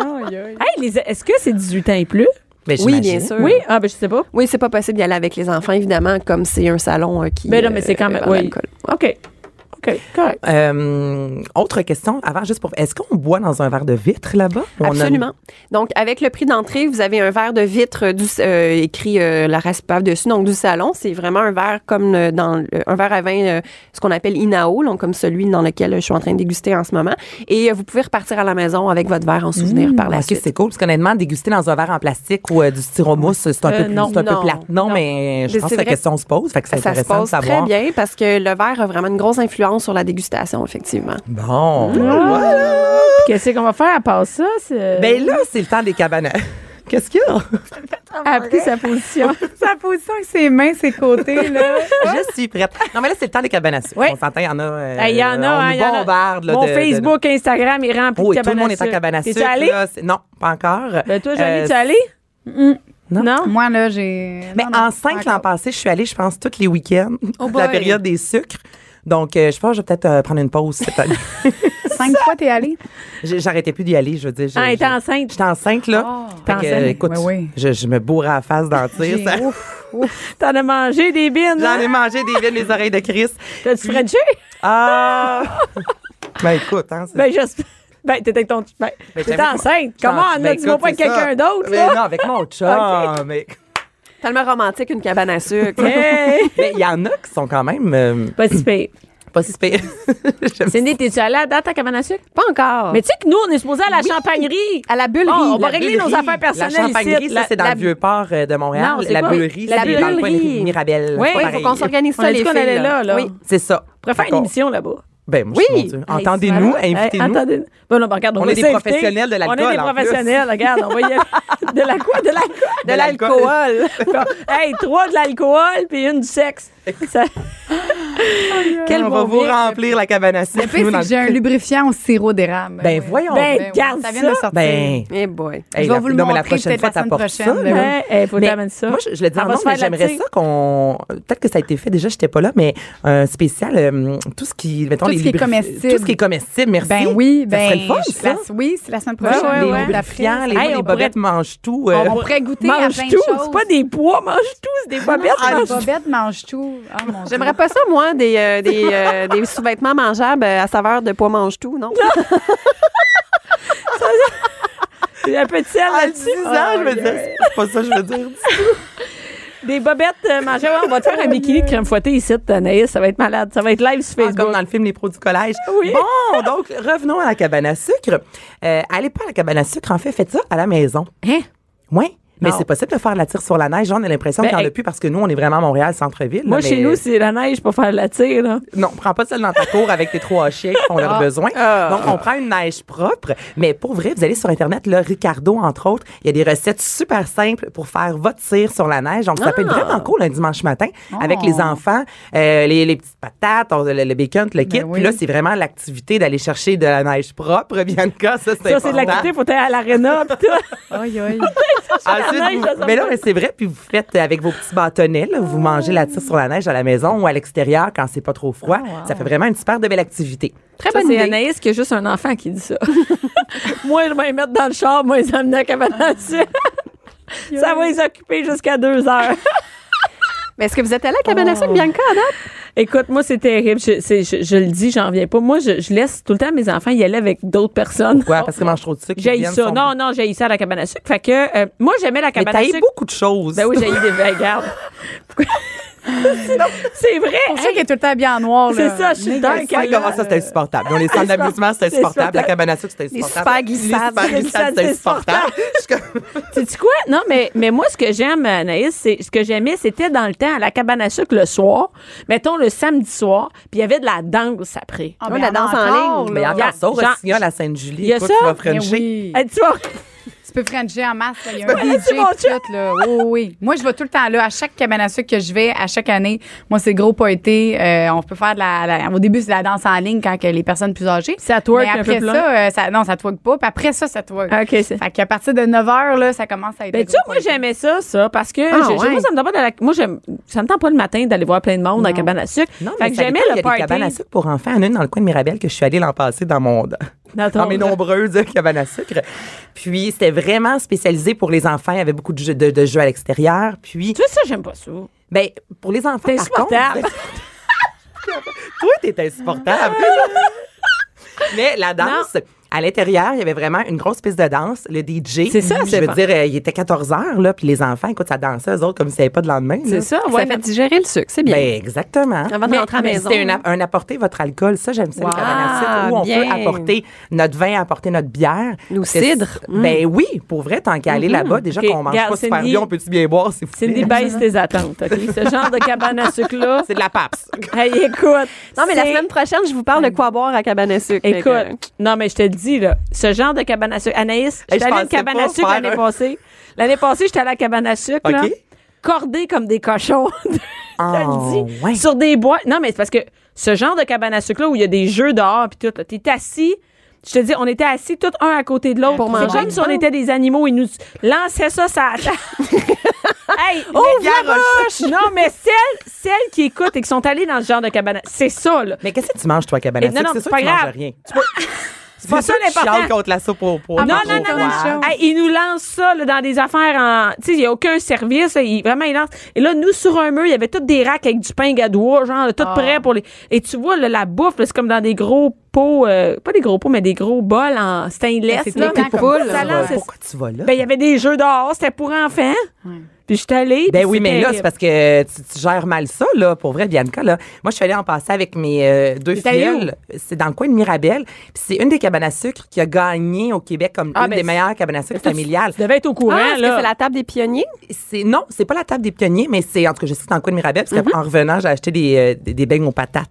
S3: Hey, les- est-ce que c'est 18 ans et plus?
S4: Mais
S5: Oui, bien
S4: j'imagine.
S5: sûr.
S3: Oui, ah ben je sais pas.
S5: Oui, c'est pas possible d'y aller avec les enfants, évidemment, comme c'est un salon euh, qui.
S3: Mais non, mais c'est quand
S5: euh,
S3: même-
S5: vend de
S3: oui.
S5: l'alcool.
S3: OK. OK, correct.
S4: Euh, autre question avant, juste pour. Est-ce qu'on boit dans un verre de vitre là-bas? Ou on a-
S5: Absolument. Donc, avec le prix d'entrée, vous avez un verre de vitre euh, du, euh, écrit euh, la race pave dessus, donc du salon. C'est vraiment un verre comme euh, dans le- un verre à vin, euh, ce qu'on appelle Inao, donc comme celui dans lequel je suis en train de déguster en ce moment. Et euh, vous pouvez repartir à la maison avec votre verre en souvenir par la
S4: Parce que
S5: suite.
S4: c'est cool, parce qu'honnêtement, déguster dans un verre en plastique ou euh, du styromousse, c'est un,
S3: Euh,
S4: peu, plus,
S3: non,
S4: c'est un
S5: non,
S4: peu plate. Non,
S3: non.
S4: mais euh, je
S5: Mais
S4: pense
S5: c'est
S4: que la
S5: vrai
S4: question se pose, fait que c'est
S5: Ça se
S4: intéressant de
S5: passe très
S4: savoir.
S5: bien parce que le verre a vraiment une grosse influence sur la dégustation, effectivement.
S4: Bon,
S5: Ah!
S4: voilà.
S3: Ah! Qu'est-ce qu'on va faire à part ça? c'est-
S4: Ben là, c'est le temps des cabanes. Qu'est-ce qu'il y a?
S3: Elle a pris sa position.
S6: Sa position avec ses mains, ses côtés, là.
S4: Je suis prête. Non, mais là, c'est le temps des cabanes à sucre.
S3: Oui.
S4: On s'entend, il y en a. euh,
S3: Il y en a,
S4: on
S3: hein,
S4: nous
S3: y en a.
S4: bombarde, là,
S3: Mon
S4: de- de-
S3: Facebook, Instagram, il rempli
S4: Oui,
S3: de
S4: tout le
S3: cabane
S4: monde est en cabane à
S3: T'es-tu
S4: sucre.
S3: allée?
S4: là. C'est- Non, pas encore.
S3: Ben toi, Jolie,
S4: Euh,
S3: tu es allée?
S4: non.
S3: Non?
S6: Moi, là, j'ai.
S4: Mais
S6: non, non,
S4: en cinq
S6: encore.
S4: l'an passé, je suis allée, je pense, tous les week-ends
S3: Oh
S4: de la
S5: boy.
S4: période des sucres. Donc, euh, je pense que je vais peut-être euh, prendre une pause cette année.
S6: Cinq fois, t'es allée?
S4: J'ai- J'arrêtais plus d'y aller, je veux dire. j'ai-
S3: Ah, elle était
S4: j'ai-
S3: enceinte. Ah.
S4: J'étais enceinte, là. Fait que,
S3: enceinte.
S4: euh, écoute,
S6: Oui, oui.
S4: Je, je me bourrais à la face dans le tir.
S6: J'ai-
S4: ça-
S3: T'en as mangé des bines,
S4: J'en
S3: hein?
S4: ai mangé des villes, les oreilles de Chris.
S3: T'as-tu frenché?
S4: Ah! ben, écoute, hein, c'est-
S3: Ben, j'espère. Ben, t'étais avec ton... Ben, t'étais
S4: j'avais-
S3: enceinte.
S4: J'en-
S3: Comment,
S4: ben,
S3: là, dis-moi
S4: écoute,
S3: pas avec
S4: c'est ça. Ben,
S3: quelqu'un d'autre,
S4: Mais non,
S3: là?
S4: avec mon chum. mais-
S5: Tellement romantique, une cabane à sucre.
S3: Hey!
S4: Mais il y en a qui sont quand même euh,
S3: Pas si pire.
S4: pas si spé- J'aime Ah.
S3: Cindy, t'es-tu allée à date à cabane à sucre?
S5: Pas encore.
S3: Mais tu sais que nous, on est supposés à la champagnerie.
S5: à la bullerie.
S3: Bon, on va
S4: La
S3: régler nos
S4: Bullerie.
S3: affaires personnelles
S4: La champagnerie,
S3: ici.
S4: ça,
S3: La-
S4: c'est dans
S3: la-
S4: le vieux port euh, de Montréal.
S3: Non, c'est
S4: la
S3: quoi?
S4: bullerie,
S3: La
S4: c'est dans le coin des
S3: Bullerie.
S4: Mirabelle.
S3: Oui,
S4: C'est
S3: faut
S4: pareil.
S5: qu'on s'organise
S3: On
S5: ça,
S3: a
S5: les
S3: dit
S5: filles.
S3: qu'on allait là, là.
S5: Oui.
S4: C'est ça.
S3: On pourrait faire une
S4: D'accord.
S3: émission là-bas.
S4: Ben, moi,
S5: Oui.
S4: oui. Entendez-nous,
S3: Entendez-nous,
S4: invitez-nous.
S3: Ben non, ben regarde, on,
S4: On
S3: va
S4: est des
S3: s'inviter.
S4: professionnels de l'alcool,
S3: On est des
S4: en plus.
S3: professionnels, regarde, on va y aller. De la quoi? De la-
S4: De l'alcool.
S3: Bon, hey, trois de l'alcool puis une du sexe. Ça- Quel
S4: on
S3: bon
S4: va vous
S3: mix.
S4: remplir la cabane à sucre.
S6: Le pire,
S4: nous,
S6: c'est
S4: dans
S6: que j'ai un lubrifiant au sirop d'érable.
S4: Ben,
S6: oui.
S4: voyons.
S3: Ben,
S6: oui,
S3: garde
S6: ça. vient
S3: ça.
S6: de sortir.
S4: Ben,
S5: Eh boy.
S4: hey,
S6: je vais
S4: la-
S6: vous le
S4: non, mais la
S6: montrer
S4: prochaine
S6: peut-être
S4: fois,
S6: la semaine
S4: t'apportes ça.
S6: prochaine.
S4: là.
S6: Ben oui.
S3: Hey, hein? hey, faut
S4: Mais
S3: t'amener ça.
S4: Moi, je, je le dis
S3: On
S4: en
S3: va
S4: nom,
S3: se
S4: mais
S3: faire la
S4: j'aimerais
S3: petite.
S4: ça qu'on. Peut-être que ça a été fait déjà, j'étais pas là, mais un spécial, euh, tout ce qui. Mettons,
S6: Tout
S4: les
S6: ce qui est
S4: lubri-
S6: comestible.
S4: Tout ce qui est comestible, merci.
S6: Ben oui,
S4: Ça
S6: ben.
S4: serait le fun,
S6: je-
S4: ça.
S6: la- oui, c'est la semaine
S3: Ouais,
S6: prochaine.
S3: ouais,
S6: les
S3: ouais.
S6: jours d'après.
S4: Lubrifiant, les,
S3: Hey,
S4: les
S3: on
S4: bobettes mangent tout. euh,
S6: On pourrait goûter à
S3: mange
S6: plein de
S3: tout,
S6: choses.
S3: c'est pas des pois, mange tout, c'est des bobettes.
S6: Ah,
S4: euh.
S6: les
S3: mange tout.
S6: bobettes mangent tout. Ah, mon Dieu.
S5: J'aimerais pas ça, moi, des, euh, des, euh, des sous-vêtements mangeables euh, à saveur de pois mange-tout, non?
S3: Un peu de sel
S4: à
S3: là-dessus.
S4: 10 Ah, ans, je me
S6: Ah,
S4: disais, c'est pas ça que je veux dire.
S3: Des bobettes euh, mangées. Ouais, on va te faire un bikini de crème fouettée ici, Anaïs. Ça va être malade. Ça va être live sur
S4: Ah,
S3: Facebook.
S4: comme dans le film Les pros du collège.
S3: Oui.
S4: Bon, donc, revenons à la cabane à sucre. Euh, allez pas à la cabane à sucre. En fait, faites ça à la maison.
S3: Hein?
S4: Oui. Mais
S3: Non.
S4: c'est possible de faire la tire sur la neige. On a l'impression
S3: Ben,
S4: qu'il n'y en
S3: hey.
S4: a plus parce que nous, on est vraiment à Montréal, centre-ville. là,
S3: Moi,
S4: mais-
S3: chez nous, c'est la neige pour faire la tire. Là.
S4: Non, prends pas celle dans ta cour avec tes trois chiens qui font
S3: Ah.
S4: leurs besoins. Donc, on prend une neige propre. Mais pour vrai, vous allez sur Internet, là, Ricardo, entre autres, il y a des recettes super simples pour faire votre tir sur la neige. Donc, ça peut être
S3: Ah.
S4: vraiment cool un dimanche matin avec
S3: Oh.
S4: les enfants, euh, les, les petites patates, on- le, le bacon, le kit.
S6: Ben oui.
S4: Puis là, c'est vraiment l'activité d'aller chercher de la neige propre, Bianca. Ça, c'est
S3: Ça, c'est de
S4: important.
S3: l'activité. Faut aller à l'aréna. pis tout.
S6: Aïe, aïe.
S3: neige,
S4: Ensuite, vous-
S3: ça sent
S4: mais là,
S3: bon.
S4: mais c'est vrai, puis vous faites avec vos petits bâtonnets, là, vous mangez la tire sur la neige à la maison ou à l'extérieur quand c'est pas trop froid.
S3: Ah,
S4: Ça fait vraiment une super de belle activité.
S5: Très
S3: Ça,
S5: bonne
S3: c'est
S5: idée.
S3: Anaïs qui a juste un enfant qui dit ça. moi, je vais les mettre dans le char, moi, les amener à la cabane à sucre. Ça va les occuper jusqu'à deux heures.
S5: Oh. Mais est-ce que vous êtes allée à la cabane à sucre, Bianca, à date?
S3: Écoute, moi, c'est terrible. Je, c'est- je- je le dis, j'en reviens pas. Moi, je, je laisse tout le temps mes enfants y aller avec d'autres personnes.
S4: Pourquoi? Parce qu'ils mangent trop de sucre. ils
S3: J'ai
S4: deviennent
S3: Oh, ça.
S4: son-
S3: Non, non, j'ai ça à la cabane à sucre. Fait que, euh, moi, j'aimais la
S4: Mais
S3: cabane à
S4: t'as
S3: sucre.
S4: beaucoup de choses.
S3: Ben oui, j'ai eu des ben, regarde. Pourquoi- c'est vrai.
S6: C'est pour ça
S3: hey,
S6: qu'il est tout le temps bien en noir.
S3: c'est
S6: là.
S3: ça, je suis
S4: Ah,
S3: dingue.
S4: c'est comment ça, c'était insupportable. Dans les centres d'amusement, c'était
S3: C'est
S4: insupportable. La
S3: insupportable.
S4: cabane à sucre, c'était
S5: Les
S4: insupportable.
S5: super glissades.
S4: Les super glissades, c'était
S3: C'est
S4: insupportable.
S3: Sais-tu quoi? Non, mais, mais moi, ce que j'aime, Anaïs, c'est ce que j'aimais, c'était dans le temps, à la cabane à sucre le soir, mettons le samedi soir, puis il y avait de la danse après.
S6: Ah,
S4: ben
S5: Ouais,
S6: mais
S5: la
S6: en
S5: danse en
S6: encore,
S5: ligne.
S6: là.
S4: Mais
S3: Il y a-
S4: encore ça, au
S3: Jean-
S4: Rossignol à Sainte-Julie,
S3: Il y a
S4: écoute,
S3: ça?
S4: tu vas
S6: Mais
S4: frencher.
S6: oui.
S3: Hey, tu vois,
S6: Tu peux frencher en masse. là. Il y a un
S3: peux
S6: DJ
S3: frencher mon
S6: tout
S3: chat.
S6: là. Oui, oui, oui. Moi, je vais tout le temps là. À chaque cabane à sucre que je vais, à chaque année, moi, c'est gros poété. Euh, on peut faire de la, la- Au début, c'est de la danse en ligne quand que les personnes plus âgées.
S3: Ça twerk
S6: Mais
S3: un peu
S6: après
S3: plus
S6: ça, euh, ça, non, ça twerk pas. Puis après ça, ça twerk.
S3: Ah, OK, c'est-
S6: Fait qu'à partir de 9 h, là, ça commence à être.
S3: Ben,
S6: des
S3: tu vois,
S6: gros
S3: moi,
S6: poétés.
S3: j'aimais ça, ça, parce que
S5: Ah,
S3: je- je-
S5: ouais.
S3: moi, ça me donne pas de la, moi, j'aime, ça me tente pas le matin d'aller voir plein de monde dans la cabane à sucre.
S4: Non,
S3: fait
S4: mais
S3: que
S4: ça
S3: j'aimais
S4: dépend,
S3: le
S4: Il y a des cabanes à
S3: party.
S4: sucre pour enfants. Il y en a une dans le coin de Mirabel que je suis allée l'an passé dans mon...
S3: Dans ton-
S4: dans mes nombreuses cabanes à sucre. Puis, c'était vraiment spécialisé pour les enfants. Il y avait beaucoup de jeux, de, de jeux à l'extérieur. Puis,
S3: Tu vois, ça, j'aime pas ça.
S4: ben, pour les enfants,
S3: T'es
S4: par contre...
S3: insupportable.
S4: Toi, t'es insupportable. Mais la danse, à l'intérieur, il y avait vraiment une grosse piste de danse. Le DJ,
S3: C'est ça,
S4: je
S3: c'est
S4: veux
S3: pas-
S4: dire, euh, il était 14 heures, là, puis les enfants, écoute, ça dansait, eux autres, comme s'il n'y avait pas de lendemain. là.
S3: C'est ça, ouais.
S5: Ça fait digérer le sucre, c'est bien.
S4: Ben, exactement.
S5: Avant de
S3: mais-
S5: rentrer à la
S3: mais
S5: maison.
S4: C'était un, app- un apporter votre alcool. Ça, j'aime ça,
S5: Wow,
S4: les cabanes à sucre, où on
S5: bien.
S4: peut apporter notre vin, apporter notre bière.
S5: Nos
S4: C'est-
S5: cidres.
S4: Ben oui, pour vrai, tant qu'à aller là-bas, déjà
S3: Mm. Mm-hmm. Ok,
S4: qu'on mange
S3: regarde,
S4: pas super
S3: Cindy-
S4: bien, on peut-tu bien boire, s'il vous
S3: C'est
S4: plaît?
S3: des baisses tes attentes, OK? Ce genre de cabane à sucre-là.
S4: C'est de la papse.
S3: Hey, écoute.
S5: non, mais la
S3: c'est-
S5: semaine prochaine, je vous parle de quoi boire à cabane à sucre. Fait que-
S3: Écoute, non, mais je te le dis, là, ce genre de cabane à sucre. Anaïs,
S4: Hey,
S3: j'étais allée
S4: je
S3: à une
S4: pensais
S3: cabane
S4: pas
S3: à sucre
S4: faire
S3: l'année
S4: un-
S3: passée. L'année passée, j'étais allée à la cabane à sucre, là,
S4: OK.
S3: cordée comme des cochons. Je te le
S4: Oh,
S3: dis.
S4: ouais.
S3: Sur des bois. Non, mais c'est parce que ce genre de cabane à sucre-là où il y a des jeux dehors puis tout, là, t'es assis. Je te dis, on était assis tous un à côté de l'autre.
S5: Pour
S3: C'est
S5: manger.
S3: comme si on était des animaux. Ils nous lançaient ça, ça. hey, ouvre la
S4: garoche.
S3: bouche! Non, mais celles, celles qui écoutent et qui sont allées dans ce genre de cabane, à- c'est ça, là.
S4: Mais qu'est-ce que tu manges, toi, cabane
S3: Et
S4: à
S3: Eh, non, non,
S4: sucre? C'est sûr
S3: pas
S4: que tu manges
S3: grave.
S4: rien. C'est
S3: pas ça
S4: sûr que tu
S3: l'important.
S4: chiales contre la soupe au poids.
S3: Non,
S6: Ah,
S3: non, non, non.
S6: wow.
S3: Hey, ils nous lancent ça là, dans des affaires en. Tu sais, il n'y a aucun service. là, ils- vraiment, ils lancent. Et là, nous, sur un mur, il y avait toutes des racks avec du pain gadois, genre, là, tout
S5: Ah.
S3: prêt pour les. Et tu vois, là, la bouffe, là, c'est comme dans des gros pots, euh, pas des gros pots, mais des gros bols en stainless.
S5: Ben,
S6: Mais c'est
S3: là,
S6: tout le temps
S3: mais-
S6: comme ça.
S3: ça lance-
S4: Pourquoi tu vas là?
S3: Ben, il y avait des jeux dehors, c'était pour enfants. Puis je suis allée.
S4: Ben
S3: puis
S4: oui, mais là,
S3: terrible.
S4: c'est parce que tu, tu gères mal ça, là, pour vrai, Bianca. Là. Moi, je suis allée en passer avec mes euh, deux
S3: T'es allée
S4: filles. C'est dans le coin de Mirabel. Puis c'est une des cabanes à sucre qui a gagné au Québec comme
S3: Ah,
S4: une
S3: ben,
S4: des meilleures cabanes à sucre familiales.
S3: Tu devais être au courant,
S5: Ah, est-ce que
S3: là.
S5: c'est la table des pionniers?
S4: C'est- Non, c'est pas la table des pionniers, mais c'est, en tout cas, je sais que c'est dans le coin de Mirabel, parce
S3: Mm-hmm.
S4: qu'en revenant, j'ai acheté des, euh, des, des beignes aux patates.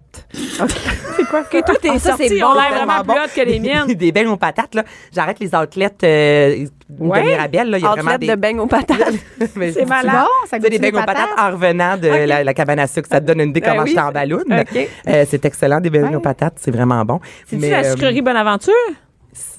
S3: Que tout est
S5: Ah, ça,
S3: sorti,
S5: c'est
S3: on
S5: bon,
S3: l'air
S4: tellement
S3: vraiment
S4: bon.
S3: plus hautes que les miennes.
S4: Des, des beignes aux patates, là. J'arrête les outlets euh,
S3: Ouais.
S4: de Mirabel, là. Il y a
S5: Athlète
S4: vraiment des...
S5: de beignes aux patates.
S4: Mais
S3: C'est
S4: je-
S3: malade.
S6: Bon,
S4: Tu
S6: ça
S4: sais,
S6: goûte
S4: des
S6: les
S4: beignes aux patates
S6: patates.
S4: en revenant de la, la cabane à sucre. Ça te donne une idée
S5: Ben
S4: comment
S5: oui.
S4: j'étais en ballon.
S5: OK.
S4: Euh, c'est excellent, des beignes
S6: Ouais.
S4: aux patates. C'est vraiment bon.
S3: C'est-tu
S4: Mais,
S3: la
S4: euh,
S3: sucrerie Bonaventure?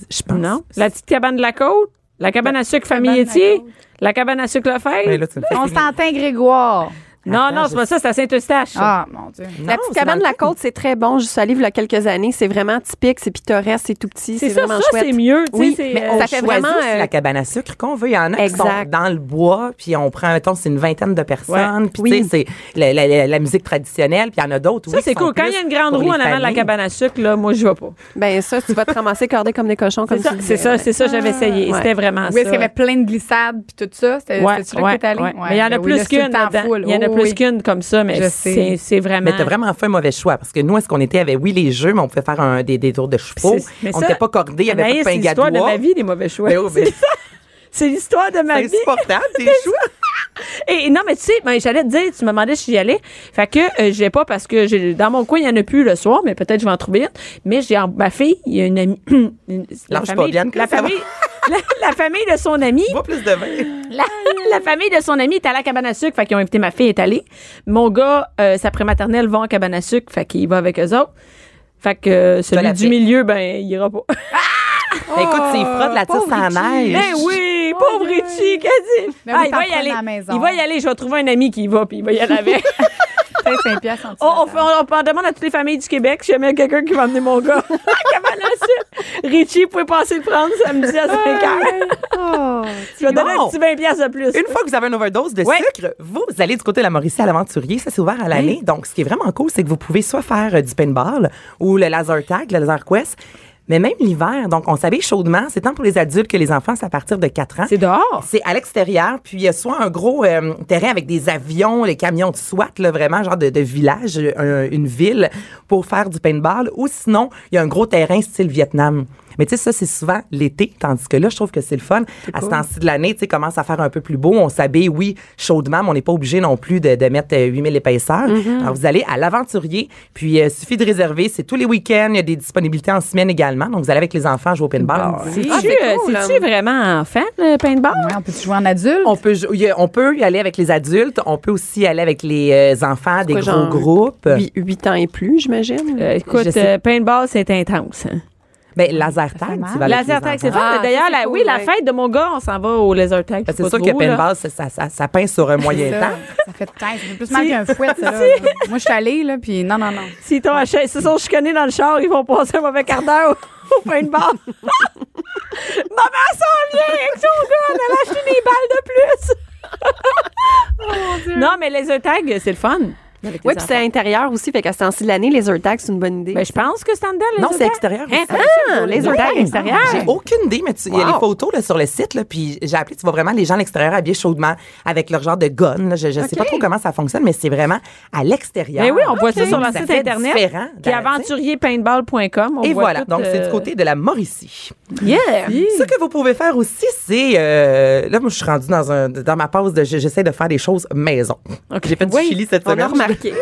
S4: je pense.
S3: Non. La petite cabane de la côte? La cabane à sucre famille
S6: cabane de la
S3: Étier? La cabane à sucre Lefebvre?
S4: Mais Ben, là, tu me fais
S6: On
S4: signer.
S6: s'entend, Grégoire.
S3: Non, non,
S4: Attends,
S3: c'est pas ça, c'est à Saint-Eustache. ça.
S6: Ah, mon Dieu.
S5: La
S4: Non,
S5: petite
S4: c'est
S5: cabane de
S4: dans
S5: la côte, c'est très bon. Je suis allée il y a quelques années. C'est vraiment typique, c'est pittoresque, c'est tout petit,
S3: c'est
S5: c'est
S3: ça,
S5: vraiment
S3: ça,
S5: chouette.
S3: c'est mieux. tu sais,
S5: Oui,
S3: c'est,
S5: mais
S3: euh,
S4: on
S5: ça fait
S4: choisit
S5: vraiment,
S4: aussi
S5: euh,
S4: la cabane à sucre qu'on veut. Il y en a qui sont
S5: Exact.
S4: dans le bois, puis on prend, mettons, c'est une vingtaine de personnes. Puis,
S5: Oui.
S4: tu sais, c'est la, la- la- la musique traditionnelle, puis il y en a d'autres.
S3: ça,
S4: oui,
S3: c'est
S4: qui sont
S3: cool. Quand il y a
S4: plus
S3: une grande
S4: pour
S3: roue en
S4: les
S3: avant de la
S4: familles.
S3: cabane à sucre, là, moi, je vais pas.
S5: Ben ça, tu vas te ramasser cordé comme des cochons, comme
S3: C'est ça,
S5: tu
S3: c'est
S5: disais,
S3: ça,
S5: ouais.
S3: c'est ça, j'avais essayé. Et
S5: Ouais.
S3: C'était vraiment
S6: Oui,
S3: Ah, ça.
S6: est-ce qu'il y avait plein de glissades puis tout ça? C'était
S3: Ouais,
S6: c'était-tu là
S3: ouais,
S6: que t'es allé?
S3: ouais. Mais il y en a
S6: ben oui, là,
S3: plus
S6: c'est tout le
S3: qu'une.
S6: temps
S3: là-dedans.
S6: full.
S3: Il y en a
S6: Oh,
S3: plus
S6: oui.
S3: qu'une comme ça, mais
S6: Je
S3: c'est
S6: sais.
S3: c'est vraiment.
S4: Mais t'as vraiment fait un mauvais choix parce que nous, est-ce qu'on était avec, oui, les jeux, mais on pouvait faire un, des, des tours de chevaux.
S3: C'est- mais
S4: On
S3: ça,
S4: n'était pas cordés, il y avait
S3: Anaïs,
S4: pas
S3: C'est
S4: de pain
S3: l'histoire de
S4: gadois.
S3: ma vie, les mauvais choix.
S4: Ben oui, ben-
S3: C'est l'histoire de ma
S4: C'est
S3: vie.
S4: insupportable, tes choix.
S3: Et non, mais tu sais, ben, j'allais te dire, tu me demandais si j'y allais. Fait que euh, je vais pas parce que j'ai- dans mon coin, il y en a plus le soir, mais peut-être je vais en trouver une. Mais j'ai en- ma fille, il y a une amie. une- la
S4: Lâche pas,
S3: famille,
S4: Bianca,
S3: la,
S4: ça va.
S3: famille la, la famille de son ami.
S4: Bois plus de vin.
S3: La, la famille de son ami est à la cabane à sucre. Fait qu'ils ont invité ma fille, est allée. Mon gars, euh, sa prématernelle, va en cabane à sucre. Fait qu'il va avec eux autres. Fait que euh, celui
S4: la
S3: du
S4: paix.
S3: milieu, ben, il ira pas.
S4: Ben, écoute, s'il frotte la tisse en neige.
S3: Oh, Ben oui, pauvre Richie, qu'a dit? Ah, il
S6: Ben oui,
S3: va y
S6: t'en prends
S3: aller.
S6: dans la maison.
S3: Il va y aller. Je vais trouver un ami qui y va, puis il va y aller avec.
S6: 35 piastres en
S3: On, Oh, on, fait- on- on demande à toutes les familles du Québec si jamais il y a quelqu'un qui va amener mon gars. Ah, Comment là, ça? Richie, vous pouvez passer le prendre samedi à 5 h
S6: Ah,
S3: Tu vas donner un
S4: Bon.
S3: petit 20 piastres de plus.
S4: Une fois que vous avez une overdose de
S3: Ouais.
S4: sucre, vous allez du côté de la Mauricie à l'aventurier. Ça, c'est ouvert à l'année.
S3: Hein?
S4: Donc, ce qui est vraiment cool, c'est que vous pouvez soit faire euh, du paintball ou le laser tag, le laser quest, mais même l'hiver. Donc, on s'habille chaudement. C'est tant pour les adultes que les enfants. C'est à partir de 4 ans.
S3: C'est dehors.
S4: C'est à l'extérieur, puis il y a soit un gros euh, terrain avec des avions, les camions de SWAT, là, vraiment, genre de, de village, euh, un- une ville, pour faire du paintball, ou sinon, il y a un gros terrain style Vietnam. Mais tu sais, ça, c'est souvent l'été, tandis que là, je trouve que c'est le fun. À ce temps-ci de l'année, tu sais, commence à faire un peu plus beau. On s'habille, oui, chaudement, mais on n'est pas obligé non plus de, de mettre euh, 8000 épaisseurs. Alors, vous allez à l'aventurier, puis euh, suffit de réserver. C'est tous les week-ends. Il y a des disponibilités en semaine également. Donc, vous allez avec les enfants jouer au paintball.
S3: C'est-tu
S5: Ah, c'est
S3: euh,
S5: cool,
S4: hein.
S3: c'est-tu vraiment enfant, le paintball?
S6: Ouais, on peut jouer en adulte?
S4: On peut, jou- y a- on peut y aller avec les adultes, on peut aussi aller avec les euh, enfants, des
S5: quoi,
S4: gros
S5: genre,
S4: groupes.
S5: Huit- huit ans et plus, j'imagine.
S3: Euh,
S4: Je
S3: écoute,
S4: sais.
S3: euh, paintball, c'est intense. hein.
S4: Ben, laser tag,
S6: mal.
S4: tu vas
S3: laser tag,
S4: avec
S3: c'est
S4: les enfants.
S3: fun.
S5: Ah,
S3: Mais D'ailleurs,
S5: ça, c'est
S3: la-
S5: cool,
S3: oui, la
S5: ouais.
S3: fête de mon gars, on s'en va au laser tag.
S4: Ben, C'est
S3: pas
S4: sûr
S3: trop,
S4: que
S3: là.
S4: paintball, ça, ça, ça, ça pince sur un moyen temps.
S6: Ça fait, tain, ça fait plus mal qu'un fouet, ça. Là. Moi, je suis allée, là, puis non, non, non.
S3: S'ils t'ont acheté- s'ils sont chicanés dans le char, ils vont passer un mauvais quart d'heure au, au paintball. Maman s'en vient avec son gars, on a acheté des balles de plus. non, mais les tags, c'est le fun. Oh, Avec les
S5: Oui, puis c'est à
S3: enfants.
S5: l'intérieur aussi, fait qu'à ce temps-ci de l'année, les AirTags, c'est une bonne idée.
S3: Ben, je pense que c'est en dedans, les
S4: Non, c'est
S3: tags.
S4: extérieur
S3: Hein?
S4: aussi.
S5: Ah, les
S4: Ouais.
S5: AirTags extérieurs.
S4: J'ai aucune idée, mais tu- il y a les photos là, sur le site, là, puis j'ai appelé, tu vois vraiment les gens à l'extérieur habillés chaudement avec leur genre de gun. là. Je ne sais pas trop comment ça fonctionne, mais c'est vraiment à l'extérieur.
S3: Ben oui, on voit ça sur
S4: le
S3: leur site internet.
S4: Différent
S3: Qui est
S4: dans-
S3: aventurierpaintball.com. On
S4: Et
S3: voit
S4: voilà,
S3: tout,
S4: donc c'est
S3: euh,
S4: du côté de la Mauricie.
S3: Yeah!
S4: Ce que vous pouvez faire aussi, c'est euh, là, moi, je suis rendue dans un dans ma pause de j'essaie de faire des choses maison.
S3: Ok.
S4: J'ai fait du
S3: Oui,
S4: chili cette
S5: On
S4: semaine.
S5: a remarqué.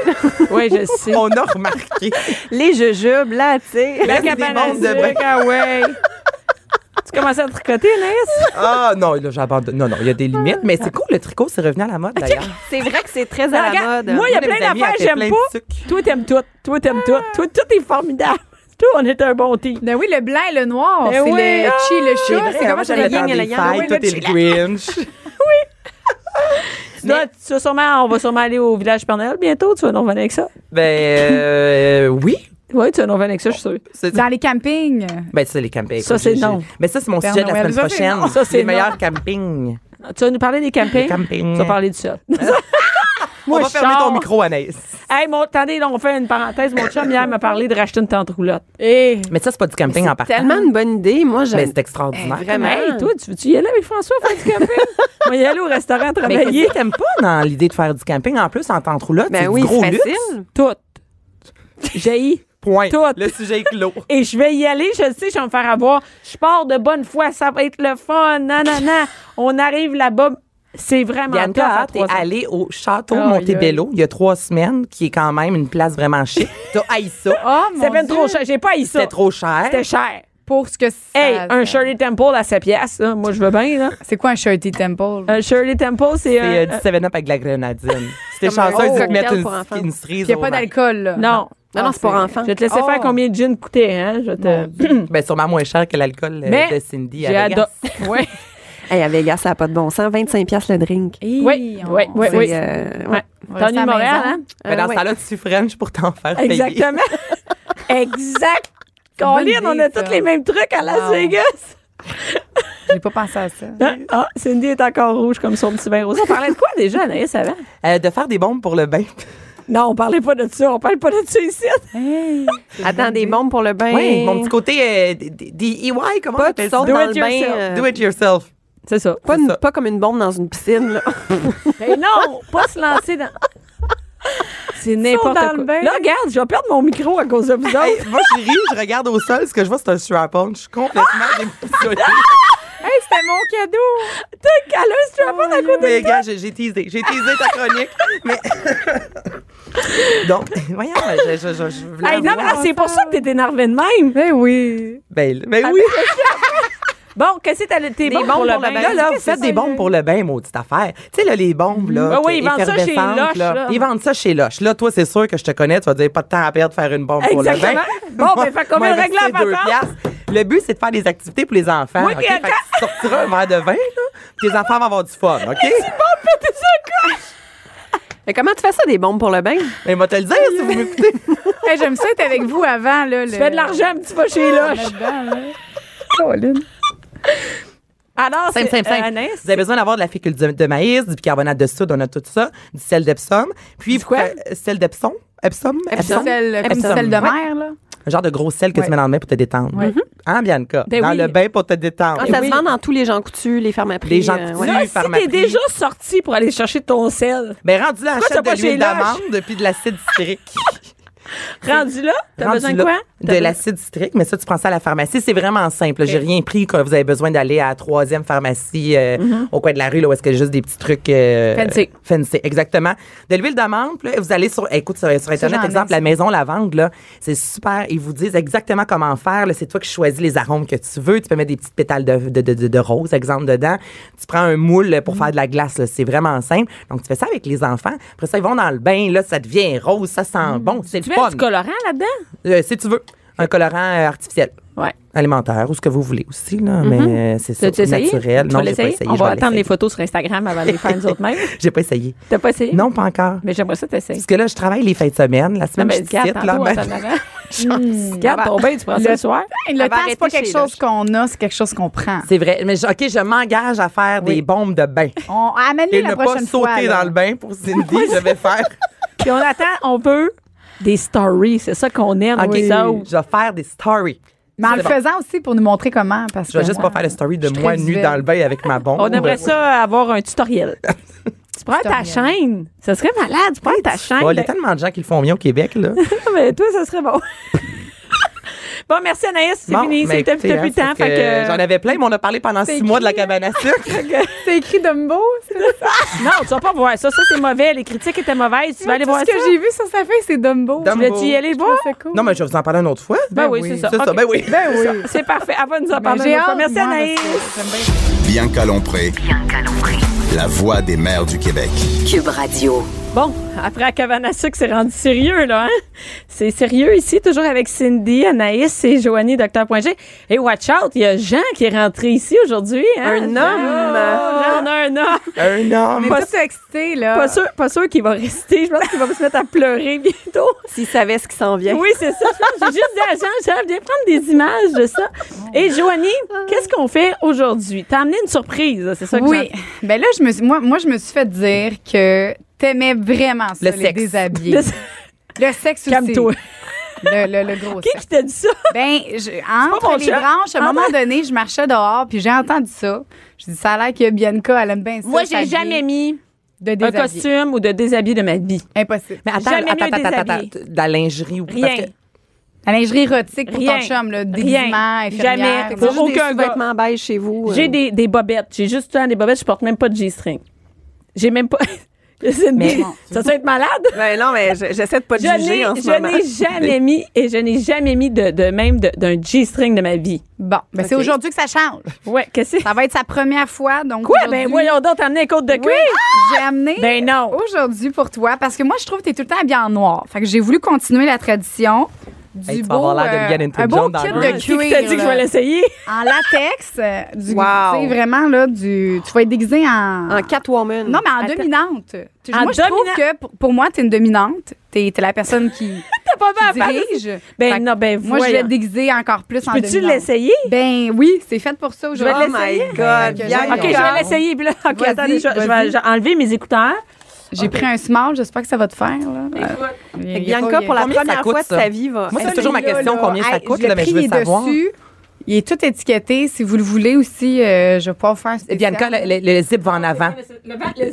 S3: Oui, je sais.
S4: On a remarqué.
S5: les jujubes, là, tu sais.
S4: Là,
S3: La
S4: c'est des
S3: cabane
S4: mondes de
S3: à sucre, ah ouais.
S6: Ben,
S3: Tu commences à tricoter, Naïs?
S4: Ah non, là j'abandonne. Non non, il y a des limites, mais c'est cool le tricot, c'est revenu à la mode d'ailleurs.
S5: C'est vrai que c'est très
S3: Ah,
S5: à la
S3: regarde,
S5: mode.
S3: moi, il y a
S4: Moi,
S3: plein
S4: mes amis
S3: d'affaires que
S4: achetaient
S3: j'aime
S4: plein de
S3: pas.
S4: sucres.
S3: Toi, t'aimes tout. Toi, t'aimes tout. Toi, tout est formidable. Toi, on est un bon team.
S6: Ben oui, le blanc et le noir,
S3: Eh
S6: c'est
S3: oui,
S6: le
S3: ah,
S6: chi, le
S4: C'est
S6: chat,
S4: vrai,
S6: c'est
S4: avant,
S6: comment ça
S4: j'allais
S6: le
S4: dans
S6: yin et
S4: des
S6: le yang.
S4: fights,
S6: Oui,
S4: toi,
S6: le
S4: t'es
S6: chi-
S4: le Grinch.
S3: Là, tu vas sûrement, on va sûrement aller au village Père Noël bientôt. Tu vas nous revenir avec ça.
S4: Ben euh, oui.
S3: Oui, tu vas nous revenir avec ça, je suis sûre.
S4: C'est-
S6: Dans les campings.
S4: Ben ça les campings.
S3: Ça, c'est non.
S4: Mais ben, ça c'est mon
S6: Père
S4: sujet de la
S6: Noël,
S4: semaine
S6: ça, c'est non.
S4: prochaine.
S3: Ça, c'est
S4: les
S3: non.
S4: meilleurs campings.
S3: Tu vas nous parler des campings.
S4: Les campings.
S3: Tu vas parler du sol.
S4: On va
S3: je
S4: fermer
S3: sors.
S4: ton micro Anaïs.
S3: hey, mon, attendez, là, on fait une parenthèse. Mon chum, hier, m'a parlé de racheter une tente roulotte. Hey!
S4: Mais ça c'est pas du camping en partant.
S5: Tellement une bonne idée. Moi,
S4: Mais
S5: j'aime.
S4: Ben, c'est extraordinaire.
S5: Vraiment.
S3: Hey, toi, tu veux-tu y aller avec François faire du camping? On va y aller au restaurant
S4: Mais
S3: travailler.
S4: qu'est-ce que t'aimes pas dans l'idée de faire du camping en plus en tant que roulotte, c'est
S5: Ben
S4: du
S5: oui,
S4: gros
S5: c'est
S4: luxe.
S5: facile.
S3: Tout. J'ai
S4: Point.
S3: Tout.
S4: Le sujet est clos.
S3: et je vais y aller. Je le sais, je vais me faire avoir. Je pars de bonne foi, ça va être le fun. Non, non, non. On arrive là-bas. C'est vraiment tough à
S4: Bianca, t'es
S3: trois ans.
S4: allée au château
S3: Aïe,
S4: Montebello il y a trois semaines, qui est quand même une place vraiment chic. T'as haï ça.
S6: Oh, mon
S3: C'est même
S6: Dieu.
S3: trop cher. J'ai pas haï ça.
S4: C'était trop cher.
S3: C'était cher.
S6: Pour ce que c'est.
S3: Hey, un Shirley Temple à 7 piastres, là. moi je veux bien. Là.
S6: C'est quoi un shirty temple?
S3: Un Shirley Temple, c'est
S4: Et euh,
S3: un.
S4: du 7-up avec de la grenadine. C'était
S5: Comme un
S4: chanceux
S5: gros
S4: de te mettre
S5: cocktail
S4: une,
S5: pour enfants.
S4: une cerise.
S6: Il n'y a
S4: au
S6: pas
S4: vin.
S6: d'alcool, là.
S3: non.
S5: Non, non, c'est pour enfants.
S3: Je vais te laisser
S6: Oh.
S3: faire combien de gin coûtait. Hein? Je vais te...
S4: Ben, sûrement moins cher que l'alcool euh,
S3: Mais
S4: de Cindy. à
S3: J'ai
S4: Vegas.
S3: adoré. Ouais.
S5: Hey, à Vegas, ça n'a pas de bon sens. 25$ piastres le drink.
S6: Hi,
S3: Oui,
S6: on-
S3: oui, oui,
S5: C'est,
S3: oui.
S5: euh, ouais.
S3: Ouais.
S6: on reste
S3: Tony
S6: à la
S3: Montréal,
S6: maison.
S3: hein?
S4: Ben,
S5: Ah,
S4: dans
S5: ouais.
S4: ce temps-là, tu suis French pour t'en faire payer.
S3: Exactement. exact. Colin,
S6: idée,
S3: on a tous
S6: ça.
S3: les mêmes trucs à Las
S6: Wow.
S3: Vegas.
S6: J'ai pas pensé à ça.
S3: Hein? Ah, Cindy est encore rouge comme son petit vin rose. On parlait de quoi déjà, Anaïs, avant?
S4: Euh, de faire des bombes pour le bain.
S3: Non, on parlait pas de ça. On parle pas de ça ici.
S5: Attends, des bombes pour le bain.
S4: Oui, mon petit côté euh, des- des des EY, comment on
S5: Ben, Pas de
S4: appelle
S5: saut
S4: ça?
S3: Do
S5: dans
S3: it
S5: le bain.
S3: yourself.
S5: euh,
S4: Do it yourself.
S3: C'est ça.
S5: Pas, une-
S4: ça.
S5: pas comme une bombe dans une piscine. là.
S3: Ben non, pas se lancer dans. C'est n'importe
S5: dans
S3: quoi.
S5: le bain.
S3: Là, regarde, je vais perdre mon micro à cause de vous
S4: Hey,
S3: autres.
S4: moi, je ris, je regarde au sol. Ce que je vois, c'est un strap-on. Je suis complètement déboussolée.
S3: hey, c'était mon cadeau. T'as calé un strap-on à côté
S4: Mais
S3: de toi.
S4: gars, j'ai j'ai teasé. J'ai teasé ta chronique. Mais. Donc, voyons, je, je, je, je voulais
S3: Hey, non,
S4: avoir-
S3: mais c'est pour ça que t'es énervé de même.
S6: Ben oui.
S4: Ben, mais oui.
S3: Bon, qu'est-ce que t'as- t'es bon
S5: bombes
S3: pour le
S5: pour le
S3: bain?
S5: bain.
S4: Là, là, vous faites des bombes pour le bain, maudite affaire. Tu sais, là, les bombes, là.
S3: Ah oui, ils vendent ça chez
S4: effervescentes,
S3: Loche, là.
S4: Ils vendent ça chez Loche. Là, toi, c'est sûr que je te connais. Tu vas dire, pas de temps à perdre, faire une bombe pour le bain.
S3: Exactement. Bon, ben, fait combien de règles à
S4: régler deux
S3: faire?
S4: piastres. Le but, c'est de faire des activités pour les enfants.
S3: Oui,
S4: OK?
S3: puis
S4: Fait que
S3: attends.
S4: tu sortiras un verre de vin, là. puis les enfants vont avoir du fun, OK?
S5: Mais comment tu fais ça, des bombes pour le bain?
S4: Mais moi, te le dire si vous m'écoutez.
S6: Hey, J'aime ça être avec vous avant. Là,
S3: Tu fais de l'argent un petit peu chez Loche. Alors,
S4: Simple,
S3: c'est
S4: simple, simple.
S3: euh, Anaïs,
S4: Vous avez besoin d'avoir de la fécule de, de maïs, du bicarbonate de soude, on a tout ça, du sel d'Epsom. Puis,
S6: Du quoi?
S4: euh, sel d'Epsom. Epsom? Epsom?
S6: Celle, comme
S4: Epsom.
S6: celle de
S4: Ouais.
S6: mer, là.
S4: Un genre de gros sel que
S6: Ouais.
S4: tu mets dans le bain pour te détendre. Hein, Bianca?
S3: Ben
S4: dans
S3: oui.
S4: le bain pour te détendre.
S5: Ah, ça se vend dans tous les gens coutus, les pharmacies.
S4: Les gens
S5: euh,
S4: coutus.
S5: ouais.
S3: là,
S4: Oui,
S3: si
S4: par ma
S3: t'es
S4: prix.
S3: déjà sorti pour aller chercher ton sel,
S4: Ben, rendu là,
S3: Pourquoi
S4: achète
S3: t'as pas
S4: de l'huile
S3: chez Lush?
S4: d'amande puis de l'acide citrique.
S3: rendu là, t'as
S4: Rendu
S3: besoin de
S4: là,
S3: quoi?
S4: De l'acide citrique, mais ça, tu prends ça à la pharmacie. C'est vraiment simple. là. J'ai rien pris quand vous avez besoin d'aller à la troisième pharmacie euh, au coin de la rue, là, où est-ce qu'il y a juste des petits trucs. euh,
S3: Mhm. Fancy.
S4: Fancy, exactement. De l'huile d'amande, puis là, vous allez sur. Écoute, sur, sur Internet,
S6: j'en ai,
S4: exemple,
S6: ça.
S4: la maison Lavande, là, c'est super. Ils vous disent exactement comment faire. là. C'est toi qui choisis les arômes que tu veux. Tu peux mettre des petites pétales de, de, de, de- de rose, exemple, dedans. Tu prends un moule là,
S3: Mhm.
S4: pour faire de la glace. là. C'est vraiment simple. Donc, tu fais ça avec les enfants. Après ça, ils vont dans le bain. Là, ça devient rose, ça sent bon. C'est
S3: Mhm. Tu
S4: le
S3: mets
S4: fun.
S3: du colorant là-dedans?
S4: Euh, si tu veux, un colorant euh, artificiel.
S3: Ouais.
S4: Alimentaire ou ce que vous voulez aussi, là. Mais euh, c'est ça,
S3: Mhm. T'as-tu essayé?
S4: naturel.
S3: Tu
S4: non,
S3: vas
S4: j'ai pas
S3: l'essayer?
S4: essayé.
S3: On
S4: je
S3: va
S4: vais
S3: attendre les
S4: l'essayer.
S3: photos sur Instagram avant de les faire nous autres mêmes.
S4: J'ai pas essayé.
S3: T'as pas essayé?
S4: Non, pas encore.
S3: Mais j'aimerais ça t'essayer.
S4: Parce que là, je travaille les fins de semaine. La
S3: Non,
S4: semaine,
S3: mais
S4: je suis ici, là. ben-
S3: Garde ton bain, tu prends ça Hmm. Ah bah, le soir.
S6: Hey, Le
S5: Elle va
S6: temps, c'est pas
S5: arrêter
S6: quelque
S5: chez
S6: chose qu'on a, c'est quelque chose qu'on prend.
S4: C'est vrai. Mais je- OK, je m'engage à faire des bombes de bain.
S6: On amène-les
S4: Et
S6: la
S4: ne pas
S6: prochaine
S4: sauter
S6: fois. là.
S4: dans le bain pour Cindy, je vais faire.
S3: Puis on attend, on veut des stories. C'est ça qu'on aime,
S4: OK,
S3: les autres.
S4: je vais faire des stories.
S6: Mais en le faisant aussi pour nous montrer comment. Parce
S4: Je vais
S3: Ben
S6: que
S4: juste
S6: moi,
S4: pas faire le story de
S6: je suis
S4: moi
S6: très
S4: nu
S6: visuelle.
S4: dans le bain avec ma bombe. Oh,
S3: On aimerait ça avoir un tutoriel. tu prends ta
S6: Tutoriel.
S3: chaîne. Ça serait malade. Tu prends ta chaîne.
S4: Oh, il y a tellement de gens qui le font bien au Québec, là.
S3: mais toi, ça serait bon. bon, merci Anaïs. C'est
S4: Bon,
S3: fini.
S4: mais
S3: C'est t'as
S4: écoutez,
S3: t'as
S4: hein,
S3: plus de
S4: c'est
S3: temps.
S4: que
S3: Fait que-
S4: J'en avais plein, mais on a parlé pendant six mois de la cabane à sucre.
S6: C'est écrit Dumbo. c'est-
S3: Non, tu vas pas voir ça. Ça, c'est mauvais. Les critiques étaient mauvaises. Tu vas aller
S6: Tout
S3: voir
S6: ce
S3: ça.
S6: que j'ai vu sur sa feuille, c'est Dumbo.
S4: Dumbo.
S3: Tu voulais-tu y aller voir?
S6: C'est cool.
S4: Non, mais je vais vous en parler une autre fois.
S3: Ben oui, c'est ça.
S4: C'est ça,
S3: OK.
S4: ben oui.
S3: C'est parfait. Elle va nous en
S6: Mais
S3: parler.
S6: Ben, j'ai
S3: une autre fois.
S6: hâte,
S3: Merci
S6: moi,
S3: Anaïs.
S6: parce que j'aime bien
S2: Bianca Lompré,
S1: Bianca Lompré.
S2: la voix des mères du Québec.
S1: Cube Radio.
S3: Bon, après la cabane à sucre, c'est rendu sérieux, là. Hein? C'est sérieux ici, toujours avec Cindy, Anaïs et Joanie, Dr. G. Et watch out, il y a Jean qui est rentré ici aujourd'hui. Hein?
S5: Un
S3: Jean. Oh,
S5: homme.
S3: Jean, on a un homme. Ah.
S4: Un homme.
S6: On est tous excités, là.
S3: Pas sûr, pas sûr qu'il va rester. Je pense qu'il va se mettre à pleurer bientôt.
S5: S'ils savaient ce qui s'en vient.
S3: Oui, c'est ça. J'ai juste dit à Jean, Jean, viens prendre des images de ça. Et Joanie, qu'est-ce qu'on fait aujourd'hui? T'as amené une surprise, c'est ça que
S6: Oui. Ben là, je me suis- moi, moi, je me suis fait dire que t'aimais vraiment ça,
S4: Le
S6: les
S4: sexe.
S6: déshabillés.
S3: Jean-
S6: Le sexe aussi.
S3: Calme-toi.
S6: Le, le, le gros
S3: Qui
S6: sexe.
S3: qui t'a dit ça?
S6: Ben, je-
S3: mon
S6: entre les
S3: chat.
S6: branches, à un moment donné, je marchais dehors, puis j'ai entendu ça. Je dis, ça a l'air que Bianca, elle aime bien ça. s'habiller
S3: mis
S6: de
S3: un
S6: déshabiller.
S3: costume ou de déshabiller de ma vie.
S6: Impossible.
S4: Mais attends,
S3: Jamais
S4: attends,
S3: mieux
S4: attends, attends,
S3: déshabillé.
S4: attends. De la lingerie ou parce
S3: Rien.
S4: que-
S6: La lingerie érotique pour
S3: Rien.
S6: ton chum, le
S3: Rien.
S6: déguisement, infirmière.
S3: Jamais.
S6: là.
S5: C'est juste
S3: Aucun
S5: des sous-vêtements beige chez vous. euh.
S3: J'ai des, des bobettes. J'ai juste tout le temps des bobettes. Je porte même pas de G-string. J'ai même pas. C'est une
S4: Mais-
S3: bille. ça doit être malade.
S5: Ben non, mais je- j'essaie de pas te
S3: Je
S5: juger en
S3: n'ai je
S5: ce moment.
S3: n'ai jamais mis et je n'ai jamais mis de, de même de- d'un G-string de ma vie.
S6: Bon, ben c'est
S5: Ok.
S6: aujourd'hui que ça change.
S3: Ouais, qu'est-ce que c'est?
S6: Ça va être sa première fois, donc
S3: Quoi?
S6: aujourd'hui-
S3: Ben voyons donc, t'as amené un côte de cuir.
S6: Oui, j'ai amené
S3: Ben non.
S6: aujourd'hui pour toi parce que moi je trouve que tu es tout le temps habillé en noir. Fait que j'ai voulu continuer la tradition du
S4: Hey, tu vas
S6: beau
S4: avoir l'air de
S6: euh,
S4: Bianca Intrigante
S6: un beau
S4: dans
S6: kit
S4: le
S6: de
S4: jeu.
S3: Qui t'a
S6: cuir euh,
S3: dit que je
S6: là,
S3: vais l'essayer?
S6: en latex euh, du
S5: Wow.
S6: tu sais, vraiment là du tu vas être déguisé en
S5: En Catwoman.
S6: non mais en
S5: Attends.
S6: dominante. Tu-
S3: En
S6: moi je trouve
S3: dominante.
S6: que pour, pour moi tu es une dominante, tu es, la personne qui
S3: T'as pas
S6: qui
S3: mal à faire.
S6: dirige. Fait
S3: Ben
S6: que
S3: non, ben
S6: moi je vais
S3: voyons.
S6: te déguiser encore plus en
S3: Peux-tu
S6: dominante.
S3: l'essayer?
S6: Ben oui, c'est fait pour ça
S5: Oh
S6: aujourd'hui.
S5: my
S6: Fait
S4: Ben,
S5: God.
S6: que
S5: Bianca.
S3: OK, je vais l'essayer. Puis là, OK,
S6: Vas-y,
S3: attendez, je, je
S6: vas-y.
S3: vais, je vais enlever mes écouteurs.
S6: J'ai pris un small, j'espère que ça va te faire. Là. Euh,
S5: Fait que Bianca, pour la
S4: Combien ça
S5: première
S4: coûte,
S5: fois de
S4: ça?
S5: sa vie, va.
S4: Moi, c'est
S5: être-
S4: toujours ma question, combien ça coûte,
S6: le
S4: là, mais je
S6: prix
S4: veux
S6: est
S4: savoir.
S6: dessus. Il est tout étiqueté. Si vous le voulez aussi, euh, je vais pouvoir faire un
S4: Et
S6: spécial.
S4: Bianca, le, le- le zip va en avant.
S3: Le zip en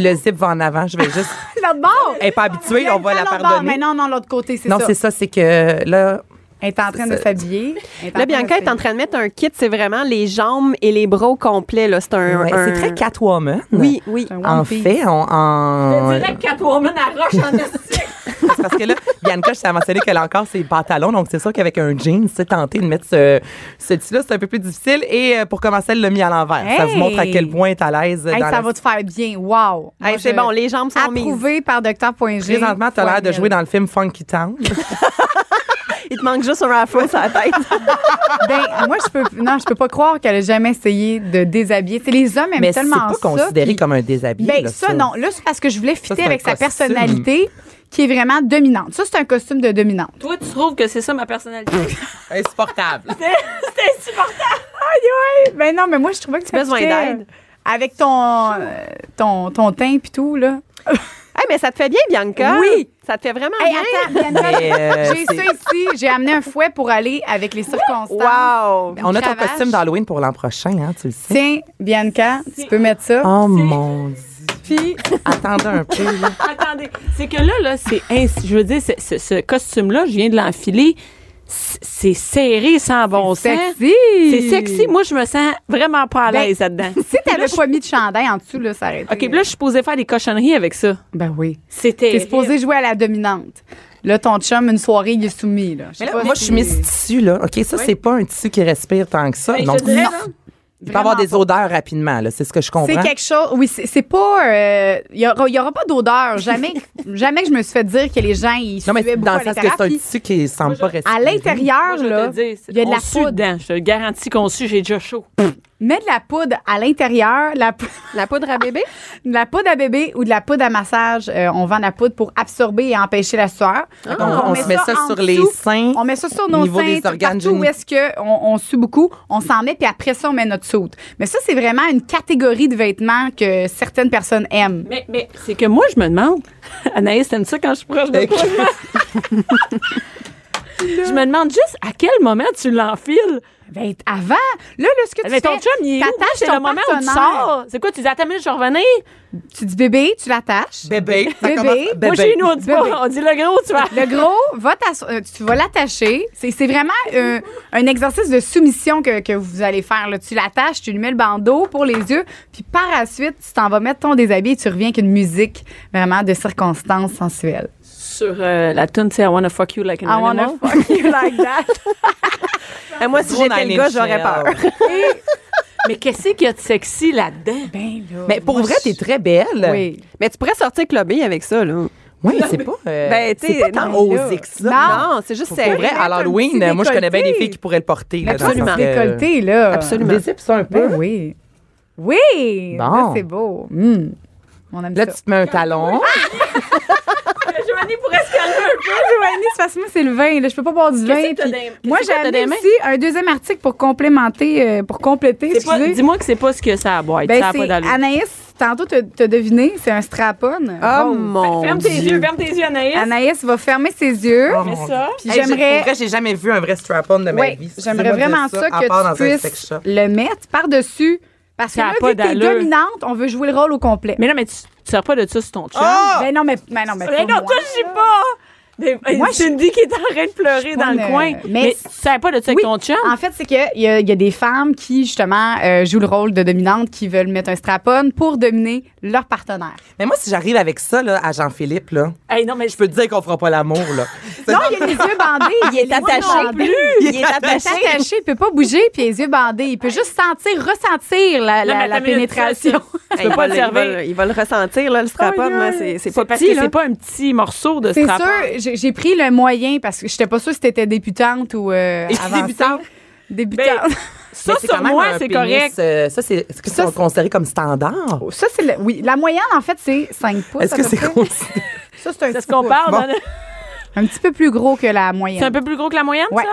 S4: Le zip va en avant. Je vais juste.
S6: l'autre bord.
S4: Elle n'est pas habituée, on va la
S6: Mais
S4: pardonner.
S6: non, non, l'autre côté, c'est
S4: Non,
S6: ça.
S4: c'est ça, c'est que là.
S6: Elle est en train de
S4: ça.
S6: s'habiller.
S5: Là, Bianca est en train de mettre un kit, c'est vraiment les jambes et les bras au complet. là. C'est un,
S4: ouais,
S5: un-
S4: C'est très Catwoman.
S5: Oui, oui.
S4: En fait, on. en-
S3: Catwoman à roche en estime.
S4: C'est parce que là, Bianca, je t'ai mentionné qu'elle a encore ses pantalons. Donc, c'est sûr qu'avec un jean, c'est tenter de mettre ce, ce petit-là, c'est un peu plus difficile. Et euh, pour commencer, elle l'a mis à l'envers. Ça vous
S6: Hey!
S4: montre à quel point elle est à l'aise.
S6: Hey,
S4: dans
S6: ça
S4: la-
S6: va te faire bien. Wow.
S5: Hey,
S6: Moi,
S5: c'est
S6: je-
S5: bon, les jambes sont mises.
S6: Approuvé par Dr.G.
S4: Présentement, tu as l'air de jouer dans le film Funky Town.
S5: Il Il te manque juste un raffle sur la tête.
S6: Ben, moi, je peux, non, je peux pas croire qu'elle a jamais essayé de déshabiller. C'est les hommes aiment
S4: Mais c'est
S6: tellement
S4: pas
S6: ça.
S4: considéré
S6: puis-
S4: comme un déshabillé.
S6: Ben,
S4: là,
S6: ça, non. Là, c'est parce que je voulais
S4: c'est
S6: fitter
S4: un
S6: avec sa
S4: costume.
S6: personnalité qui est vraiment dominante. Ça, c'est un costume de dominante.
S3: Toi, tu trouves que c'est ça ma personnalité?
S4: Insupportable.
S3: C'était insupportable!
S6: Aïe, aïe. Ben non, mais moi, je trouvais que tu
S5: besoin d'aide.
S6: Avec ton, euh, ton, ton teint puis tout, là.
S5: Hey, mais ça te fait bien, Bianca.
S6: Oui.
S5: Ça te fait vraiment
S6: Hey,
S5: bien.
S6: attends, Bianca,
S4: Mais, euh,
S6: j'ai
S4: c'est-
S6: ça ici. J'ai amené un fouet pour aller avec les circonstances.
S5: Wow.
S4: On a ton
S6: Cravache.
S4: costume d'Halloween pour l'an prochain, hein, tu le sais.
S6: Tiens, Bianca, tu peux mettre ça.
S4: Oh mon dieu.
S3: Puis,
S4: Attendez un peu. là.
S3: attendez, c'est que là, là, c'est. ins- Je veux dire, c'est- ce, ce costume-là, je viens de l'enfiler. C'est c'est serré sans bon
S6: C'est
S3: sens.
S6: sexy.
S3: C'est sexy. Moi, je me sens vraiment pas à
S6: Ben,
S3: l'aise là-dedans.
S6: Si t'avais pas mis de chandail en dessous, là, ça aurait été- euh,
S3: OK, puis là, je suis supposée faire des cochonneries avec ça.
S6: Ben oui.
S3: C'était.
S6: T'es supposé jouer à la dominante. Là, ton chum, une soirée, il est soumis. Là. Je sais
S4: Mais là,
S6: pas
S4: moi, je
S6: si-
S4: suis mis tissu, là. OK, ça, c'est pas un tissu qui respire tant que ça.
S3: Ben, je
S4: donc,
S3: te dirais,
S4: non.
S3: là,
S4: il peut avoir
S6: vraiment
S4: des odeurs rapidement, là. C'est ce que je comprends.
S6: C'est quelque chose. Oui, c'est c'est pas. euh, Il n'y aura pas d'odeur. Jamais, que- jamais que je me suis fait dire que les gens, ils
S4: Non, mais
S6: suaient beaucoup
S4: dans
S6: à
S4: le sens que c'est un
S6: l'intérieur.
S4: tissu qui semble pas respirer.
S6: À
S3: Moi,
S6: l'intérieur,
S3: je vais
S6: là,
S3: te le dire,
S6: il y a de
S3: on
S6: la
S3: sue
S6: poudre.
S3: dedans. Je te le garantis qu'on sue, j'ai déjà chaud.
S6: Mets de la poudre à l'intérieur, la, pou-
S5: La poudre à bébé?
S6: de la poudre à bébé ou de la poudre à massage. Euh, on vend la poudre pour absorber et empêcher la sueur.
S4: on, Ah. on se met ça,
S6: en
S4: sur les
S6: dessous.
S4: seins.
S6: On met ça sur nos
S4: niveau
S6: seins,
S4: des
S6: tout
S4: organes
S6: partout où
S4: génitaux.
S6: est-ce qu'on on sue beaucoup, on s'en met, puis après ça, on met notre soute. Mais ça, c'est vraiment une catégorie de vêtements que certaines personnes aiment.
S3: Mais, mais c'est que moi, je me demande. Anaïs, t'aimes ça quand je suis proche de toi? je me demande juste à quel moment tu l'enfiles.
S6: Ben, avant, là, là, ce que tu
S3: Ah, Mais Ben, ton
S6: fais,
S3: chum, il est où?
S6: t'attaches
S3: C'est
S6: ton
S3: le moment où tu
S6: partenaire.
S3: sors. C'est quoi? Tu dis, attends, mais je vais revenir.
S6: Tu dis bébé, tu l'attaches.
S4: Bébé. ça
S6: Bébé.
S4: commence-
S6: Moi,
S3: Moi,
S4: bébé.
S3: chez nous, on dit
S6: Bébé.
S3: pas. On dit le gros, tu vas.
S6: Le gros, va t'asso- euh, tu vas l'attacher. C'est c'est vraiment euh, un exercice de soumission que, que vous allez faire. là. Tu l'attaches, tu lui mets le bandeau pour les yeux, puis par la suite, tu t'en vas mettre ton déshabillé et tu reviens avec une musique vraiment de circonstances sensuelles.
S3: Sur euh, la tune, tu sais, I wanna fuck you like an
S6: I wanna
S3: animal.
S6: fuck you like that.
S5: Ah, moi, si
S4: Gros
S5: j'étais
S4: Nine
S5: le gars,
S4: Inch
S5: j'aurais peur.
S4: Nails.
S3: Mais qu'est-ce qu'il y a de sexy là-dedans?
S6: Ben là,
S4: Mais pour
S6: moi,
S4: vrai,
S6: je-
S4: t'es très belle.
S6: Oui.
S5: Mais tu pourrais sortir clubé avec ça, là.
S4: Oui, c'est pas. euh,
S5: Ben, tu
S4: c'est
S5: sais,
S4: pas tant
S5: non, là.
S4: osé que ça.
S5: Non, c'est juste
S4: Pour
S5: serré.
S4: vrai, à
S6: un petit
S4: l'Halloween, moi, je connais bien des
S6: décolleté.
S4: filles qui pourraient le porter. là, dans le sens
S5: Absolument.
S4: que-
S6: Décolleté, là.
S5: Absolument.
S4: Des zips, ça, un peu.
S6: Ben oui. Oui!
S4: Bon.
S6: Là, c'est beau. Hum. On aime
S4: Là,
S6: ça.
S4: tu te mets un talon.
S3: Ben, Joanie pourrait se calmer un peu.
S6: Oh, Joanie, c'est parce que moi, c'est le vin. Là. Je peux pas boire du vin.
S3: que t'as
S6: puis
S3: des- qu'est-ce
S6: moi,
S3: que
S6: j'ai
S3: t'as
S6: amené
S3: des mains?
S6: aussi un deuxième article pour complémenter, euh, pour compléter,
S3: C'est pas-
S6: excusez.
S3: Dis-moi que c'est pas ce que ça a à boire.
S6: Ben,
S3: ça a pas
S6: c'est
S3: d'allure.
S6: Anaïs, tantôt, t'as t'as deviné, c'est un strap-on.
S5: Oh
S6: Rose.
S5: mon
S3: Ferme tes
S5: Dieu.
S3: yeux, ferme tes yeux, Anaïs.
S6: Anaïs va fermer ses yeux.
S4: Oh,
S3: Fais
S4: mon
S3: ça.
S6: Puis
S4: Hey, j'ai-
S6: j'aimerais...
S4: Pour vrai, j'ai jamais vu un vrai strap-on de ma
S6: Ouais,
S4: vie.
S6: j'aimerais
S4: Excusez-moi de
S6: vraiment
S4: dire
S6: ça,
S4: à part
S6: que
S4: dans un
S6: tu
S4: sex
S6: puisses
S4: shop.
S6: le mettre par-dessus. Parce que
S3: Ça a
S6: là,
S3: pas
S6: vu que t'es
S3: d'allure.
S6: dominante, on veut jouer le rôle au complet.
S3: Mais non, mais tu, tu sors pas de ça sur ton chum.
S4: Ah!
S6: Ben non, mais, mais non, mais
S3: Mais
S6: pas
S3: non,
S6: moi.
S3: toi, je sais pas. Mais,
S6: Moi,
S3: moi, Cindy qui est en train de pleurer
S6: pas
S3: dans le
S6: une-
S3: coin.
S6: mais-
S3: Mais, tu savais pas de ça avec
S6: Oui. Ah.
S3: ton chum?
S6: En fait, c'est qu'il y, a- il y a des femmes qui, justement, euh, jouent le rôle de dominante, qui veulent mettre un strap-on pour dominer leur partenaire.
S4: Mais moi, si j'arrive avec ça là, à Jean-Philippe, là,
S3: Hey, non, mais
S4: je peux te dire qu'on fera pas l'amour. là. C'est-
S6: Non, il a les yeux bandés. Il est
S7: attaché.
S6: Plus.
S7: Il est attaché.
S6: Il est attaché, il peut pas bouger, puis les yeux bandés. Il peut juste sentir, ressentir la, la-
S3: Non, mais
S6: la
S3: attends une minute,
S6: pénétration.
S3: ça, ça, Tu
S5: Hey,
S3: peux
S5: il
S3: pas le
S5: va le- il va
S3: servir.
S5: le- Il va le ressentir, là, le strap-on. là, c'est- Oh, C'est pas
S3: parce
S5: petit,
S3: que
S5: là.
S3: c'est pas un petit morceau de
S6: C'est
S3: strap-on.
S6: sûr, j'ai- j'ai pris le moyen parce que j'étais pas sûre si t'étais débutante ou euh,
S4: Et
S6: avancée.
S4: débutante. Ben,
S6: Débutante.
S4: Ah, Mais
S3: Ça,
S4: c'est
S3: sur
S4: quand même
S3: moi,
S4: un
S3: c'est
S4: pénis,
S3: correct.
S4: euh, ça, c'est ce que
S6: Ça,
S4: c'est
S6: c'est-
S4: considéré comme standard.
S6: Ça, c'est le- oui, la moyenne, en fait, c'est 5 pouces.
S4: Est-ce
S6: à
S4: que
S6: peu
S4: c'est
S6: près.
S4: considéré?
S6: Ça, c'est
S3: C'est
S6: un,
S3: ce
S6: petit
S3: qu'on
S6: peu-
S3: parle. hein?
S4: Bon.
S3: dans le-
S6: un petit peu plus gros que la moyenne.
S3: C'est un peu plus gros que la moyenne,
S6: Ouais.
S3: ça?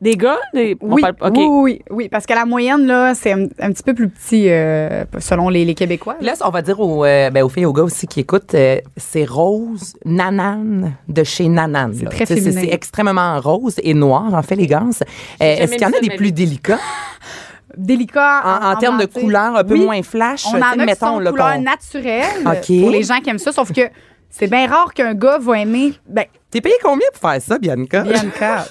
S3: Des gars? Des... on
S6: Oui,
S3: parle- OK.
S6: oui, oui, oui, parce que la moyenne, là, c'est un, un petit peu plus petit euh, selon les, les Québécois.
S4: Puis Là, on va dire aux, euh, ben, aux filles et aux gars aussi qui écoutent, euh, c'est rose nanane de chez Nanane. là.
S6: très
S4: Tu sais, C'est
S6: féminin.
S4: c'est extrêmement rose et noir, en fait, les gars. Euh, Est-ce qu'il y en
S3: vu
S4: a
S3: ça de
S4: des
S3: ma
S4: plus
S3: vie.
S4: délicats
S6: Délicat.
S4: en, en termes de
S6: dentelle.
S4: couleur, un peu
S6: Ah, Oui,
S4: moins flash?
S6: On
S4: tu
S6: en
S4: sais,
S6: a qui sont
S4: là,
S6: couleur
S4: qu'on-
S6: naturelle
S4: OK.
S6: pour les gens qui aiment ça, sauf que c'est bien rare qu'un gars va aimer. Ben,
S4: T'es payé combien pour faire ça, Bianca?
S6: Bianca,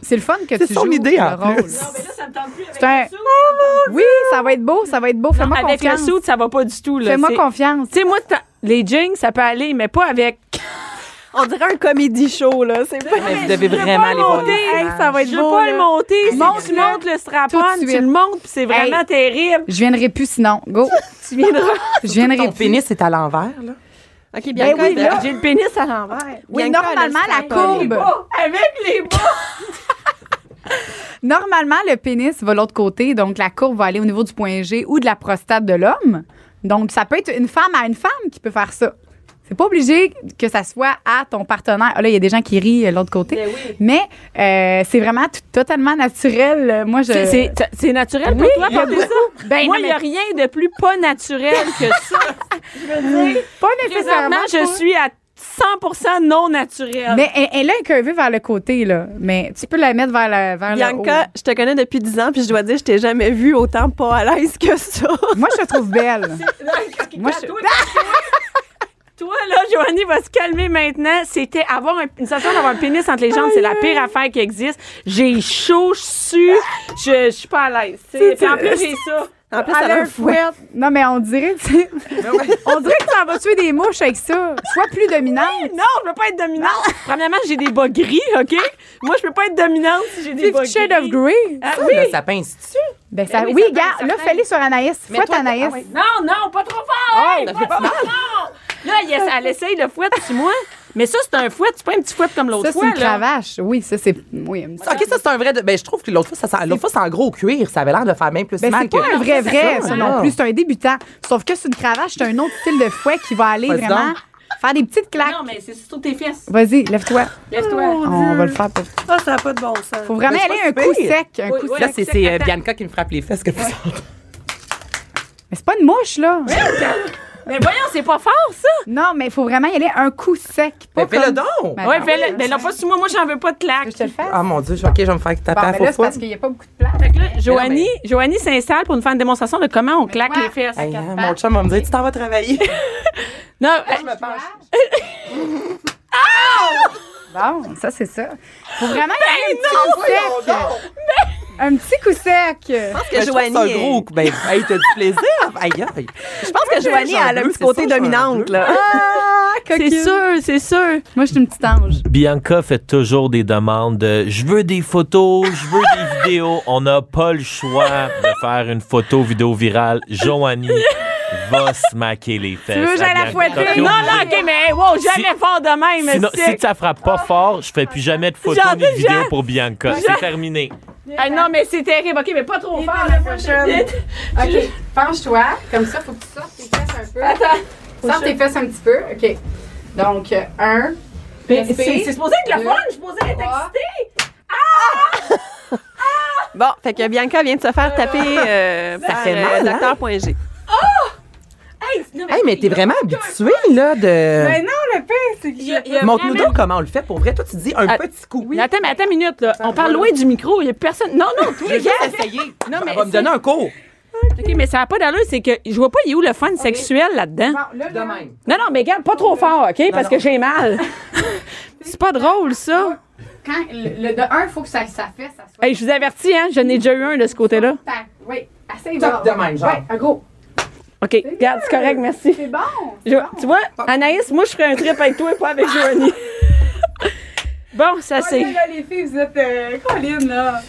S6: c'est le fun que tu
S4: C'est son
S6: joues
S4: idée,
S6: le
S4: en
S6: rôle.
S4: plus.
S6: C'est un- Oui, ça va être beau, ça va être beau. Fais-moi
S3: Avec le
S6: confiance.
S3: soude, ça va pas du tout. là.
S6: Fais-moi
S3: C'est-
S6: confiance.
S3: Tu sais, moi, t'as- les jeans, ça peut aller, mais pas avec.
S5: On dirait un comédie show, là. C'est pas...
S4: Mais vous devez
S3: Je veux
S4: vraiment
S3: pas
S4: aller
S3: le
S4: voir.
S3: monter.
S4: les
S3: Hey,
S4: images.
S3: ça va être
S6: Je veux
S3: beau.
S6: pas
S3: là.
S6: le monter.
S3: Monte,
S6: Monte-le.
S3: monte le strap-on,
S6: Tout de
S3: tu
S6: suite.
S3: le montes, puis c'est vraiment
S6: Hey.
S3: terrible.
S6: Je viendrai plus sinon. Go. tu viendras. Je viendrai
S4: Ton
S6: plus.
S4: pénis est à l'envers, là.
S5: OK,
S3: Ben
S5: bien
S3: oui, là, j'ai le pénis à l'envers.
S6: Oui,
S5: Bianca,
S6: normalement,
S5: elle a
S6: la
S5: le strap-on.
S6: courbe.
S3: Avec les bras.
S6: Normalement, le pénis va l'autre côté, donc la courbe va aller au niveau du point G ou de la prostate de l'homme. Donc, ça peut être une femme à une femme qui peut faire ça. C'est pas obligé que ça soit à ton partenaire. Ah, là, il y a des gens qui rient euh, de l'autre côté.
S5: Ben oui.
S6: Mais euh, c'est vraiment tout- totalement naturel. Euh, Moi, je.
S3: C'est- C'est c'est naturel pour toi,
S6: il y a
S3: porter ça?
S6: Ben,
S3: Moi,
S6: non,
S3: il n'y a
S6: mais-
S3: rien de plus pas naturel que ça.
S6: Pas nécessairement.
S3: Présentement, je
S6: pas-
S3: suis à 100 non naturel.
S6: Mais elle, elle est incurvée vers le côté, là. Mais tu peux la mettre vers, la, vers le haut.
S5: Bianca, je te connais depuis 10 ans, puis je dois dire, je t'ai jamais vue autant pas à l'aise que ça.
S6: Moi, je la trouve belle. Moi,
S3: Moi,
S6: je-
S3: toi, toi, là, Joanie va se calmer maintenant. C'était avoir un- une sensation d'avoir un pénis entre les jambes, c'est la pire affaire qui existe. J'ai chaud, je sue, je je suis pas à l'aise. tu sais. Puis en plus, j'ai ça.
S5: En plus,
S6: À
S5: ça va
S6: l'heure
S5: un fouet.
S6: fouette. Non, mais on dirait que c'est- on dirait que ça va tuer des mouches avec ça. Sois plus dominante.
S3: Non, je peux pas être dominante. Premièrement, j'ai des bas gris, OK? Moi, je peux pas être dominante si j'ai des bas
S6: Fifty
S3: gris.
S6: Shades of Grey.
S3: Ah,
S4: Oui.
S3: oui.
S4: Là, ça pince-tu?
S6: Ben, ça,
S3: oui,
S6: oui,
S3: ça
S6: gars,
S3: peut,
S6: là,
S3: certain.
S6: fais-les sur Anaïs.
S4: Mais
S6: Fouette
S4: toi,
S6: Anaïs. Ah,
S4: ah oui.
S3: Non, non, pas trop fort! hey,
S4: ben,
S3: pas trop fort! Là, yes, elle essaye le fouet sur moi. Mais ça, c'est un fouet, c'est pas un petit fouet comme l'autre
S6: Ça, c'est
S3: fois.
S6: une
S3: là.
S6: cravache. Oui, ça, c'est. Oui, une-
S4: OK, ça, c'est un vrai... de- Ben, je trouve que l'autre fois, ça sent... l'autre fois, c'est en gros cuir. Ça avait l'air de faire bien plus
S6: Ben,
S4: mal
S6: c'est pas
S4: que-
S6: un vrai vrai,
S4: ça, là.
S6: ça non plus. C'est un débutant. Sauf que c'est une cravache, c'est un autre style de fouet qui va aller
S4: Vas-y
S6: vraiment
S4: donc.
S6: faire des petites claques.
S3: Non, mais c'est surtout tes fesses.
S6: Vas-y, lève-toi.
S3: Lève-toi.
S6: On va le faire. pour-
S5: Ah, ça n'a pas de bon sens.
S6: Faut vraiment
S4: Mais c'est
S6: aller
S4: pas
S6: un
S4: si
S6: coup
S4: pire.
S6: sec. Un
S3: Oui,
S6: coup
S3: oui.
S6: sec.
S4: Là, c'est c'est, euh, Bianca qui me frappe les fesses. Que vous sentez.
S6: Mais c'est pas une mouche, là.
S3: Mais voyons, c'est pas fort, ça!
S6: Non, mais il faut vraiment y aller un coup sec. Pas
S4: Mais fais-le
S6: comme-
S4: donc!
S6: Ben,
S3: ouais,
S6: non,
S3: fais-le. Mais là, pas sur moi, moi, j'en veux pas de
S6: Tu veux
S3: claque.
S6: que je te le fasse?
S4: Ah, mon Dieu, je- OK, je vais me faire taper
S6: Bon,
S4: à
S6: mais là,
S4: faux
S6: c'est parce qu'il n'y a pas beaucoup de place.
S3: Fait que là, Joanie,
S4: mais-
S3: Joanie s'installe pour nous faire une démonstration de comment on claque
S6: quoi?
S3: les fesses.
S4: Hey, hein,
S6: pattes.
S4: mon chum va me dire, tu t'en vas travailler.
S3: Non,
S6: Ah, Bon, ça, c'est ça. Faut vraiment y aller un petit coup sec. Ben, Un petit coup sec.
S5: Je pense
S4: Ben,
S5: que
S4: je trouve
S5: Joanie,
S4: ça gros.
S5: est-
S4: Ben, hey, t'as du plaisir. Aïe, aïe.
S5: je pense que Joanie
S4: j'en
S5: elle a
S4: veux,
S5: un petit
S4: c'est
S5: côté
S4: ça, j'en
S5: dominante,
S4: veux.
S5: là. Ah,
S3: c'est sûr, c'est sûr.
S6: Moi, je suis une petite ange.
S7: Bianca fait toujours des demandes de je veux des photos, je veux des vidéos. On n'a pas le choix de faire une photo vidéo virale. Joanie va se maquer les fesses.
S6: Tu veux que j'aille
S7: à
S6: la
S7: Bianca.
S6: fouetter?
S7: T'es
S3: Non,
S7: obligée.
S3: non, OK, mais wow, jamais
S7: Si-
S3: fort de même.
S7: Sinon,
S3: c'est-
S7: si tu la frappes pas fort, je fais plus jamais de photos
S3: J'en-
S7: ni de vidéos
S3: j'en-
S7: pour Bianca.
S3: j'en-
S7: C'est terminé.
S3: Ah, non, mais c'est terrible. OK, mais pas trop fort la prochaine.
S6: OK, penche-toi. Comme ça, faut que tu sortes tes fesses un peu. Attends. Sorte tes fesses un petit peu. OK. Donc, euh, un.
S3: Mais Ben, C'est Euh,
S6: Respire.
S3: c'est supposé être le
S6: Deux.
S3: fun, je suis supposée être
S6: Trois.
S3: excitée.
S5: Bon, fait que Bianca vient de se faire taper euh, par
S4: fait mal, hein?
S5: docteur.g.
S3: Hey, non, mais-
S4: Hey, mais t'es vraiment habitué, là, de.
S6: non, le pire, c'est que
S3: Il y a- il y a
S4: Montre-nous
S3: vraiment-
S4: donc comment on le fait. Pour vrai, toi, tu dis un
S3: Ah,
S4: petit coup.
S3: Mais Attends, mais attends une minute, là. On parle loin du micro, il n'y a personne. Non, non, toi,
S4: J'ai juste
S3: regarde.
S4: essayé.
S3: Non, mais
S4: Elle va me
S3: c'est-
S4: donner un cours.
S3: OK, mais ça n'a pas d'allure, c'est que je vois pas il y a où le fun sexuel là-dedans.
S6: Là,
S4: De
S6: là,
S4: même.
S3: Non, non, mais regarde, pas trop fort, OK? parce
S4: non.
S3: que j'ai mal. c'est pas drôle, ça.
S6: quand le, le de un, il faut que ça, ça fait, ça soit.
S3: Hey, je vous avertis, hein, je n'ai déjà eu un de ce côté-là.
S6: Tac. Oui, assez
S4: Toc de même, genre.
S6: Ouais, un gros. Oh
S3: OK, regarde, c'est correct, merci.
S6: C'est bon.
S3: Jo- tu vois, Anaïs, moi, je ferais un trip avec toi, pas avec Joanie. bon, ça, c'est...
S6: Là, les filles, vous êtes euh, collines, là.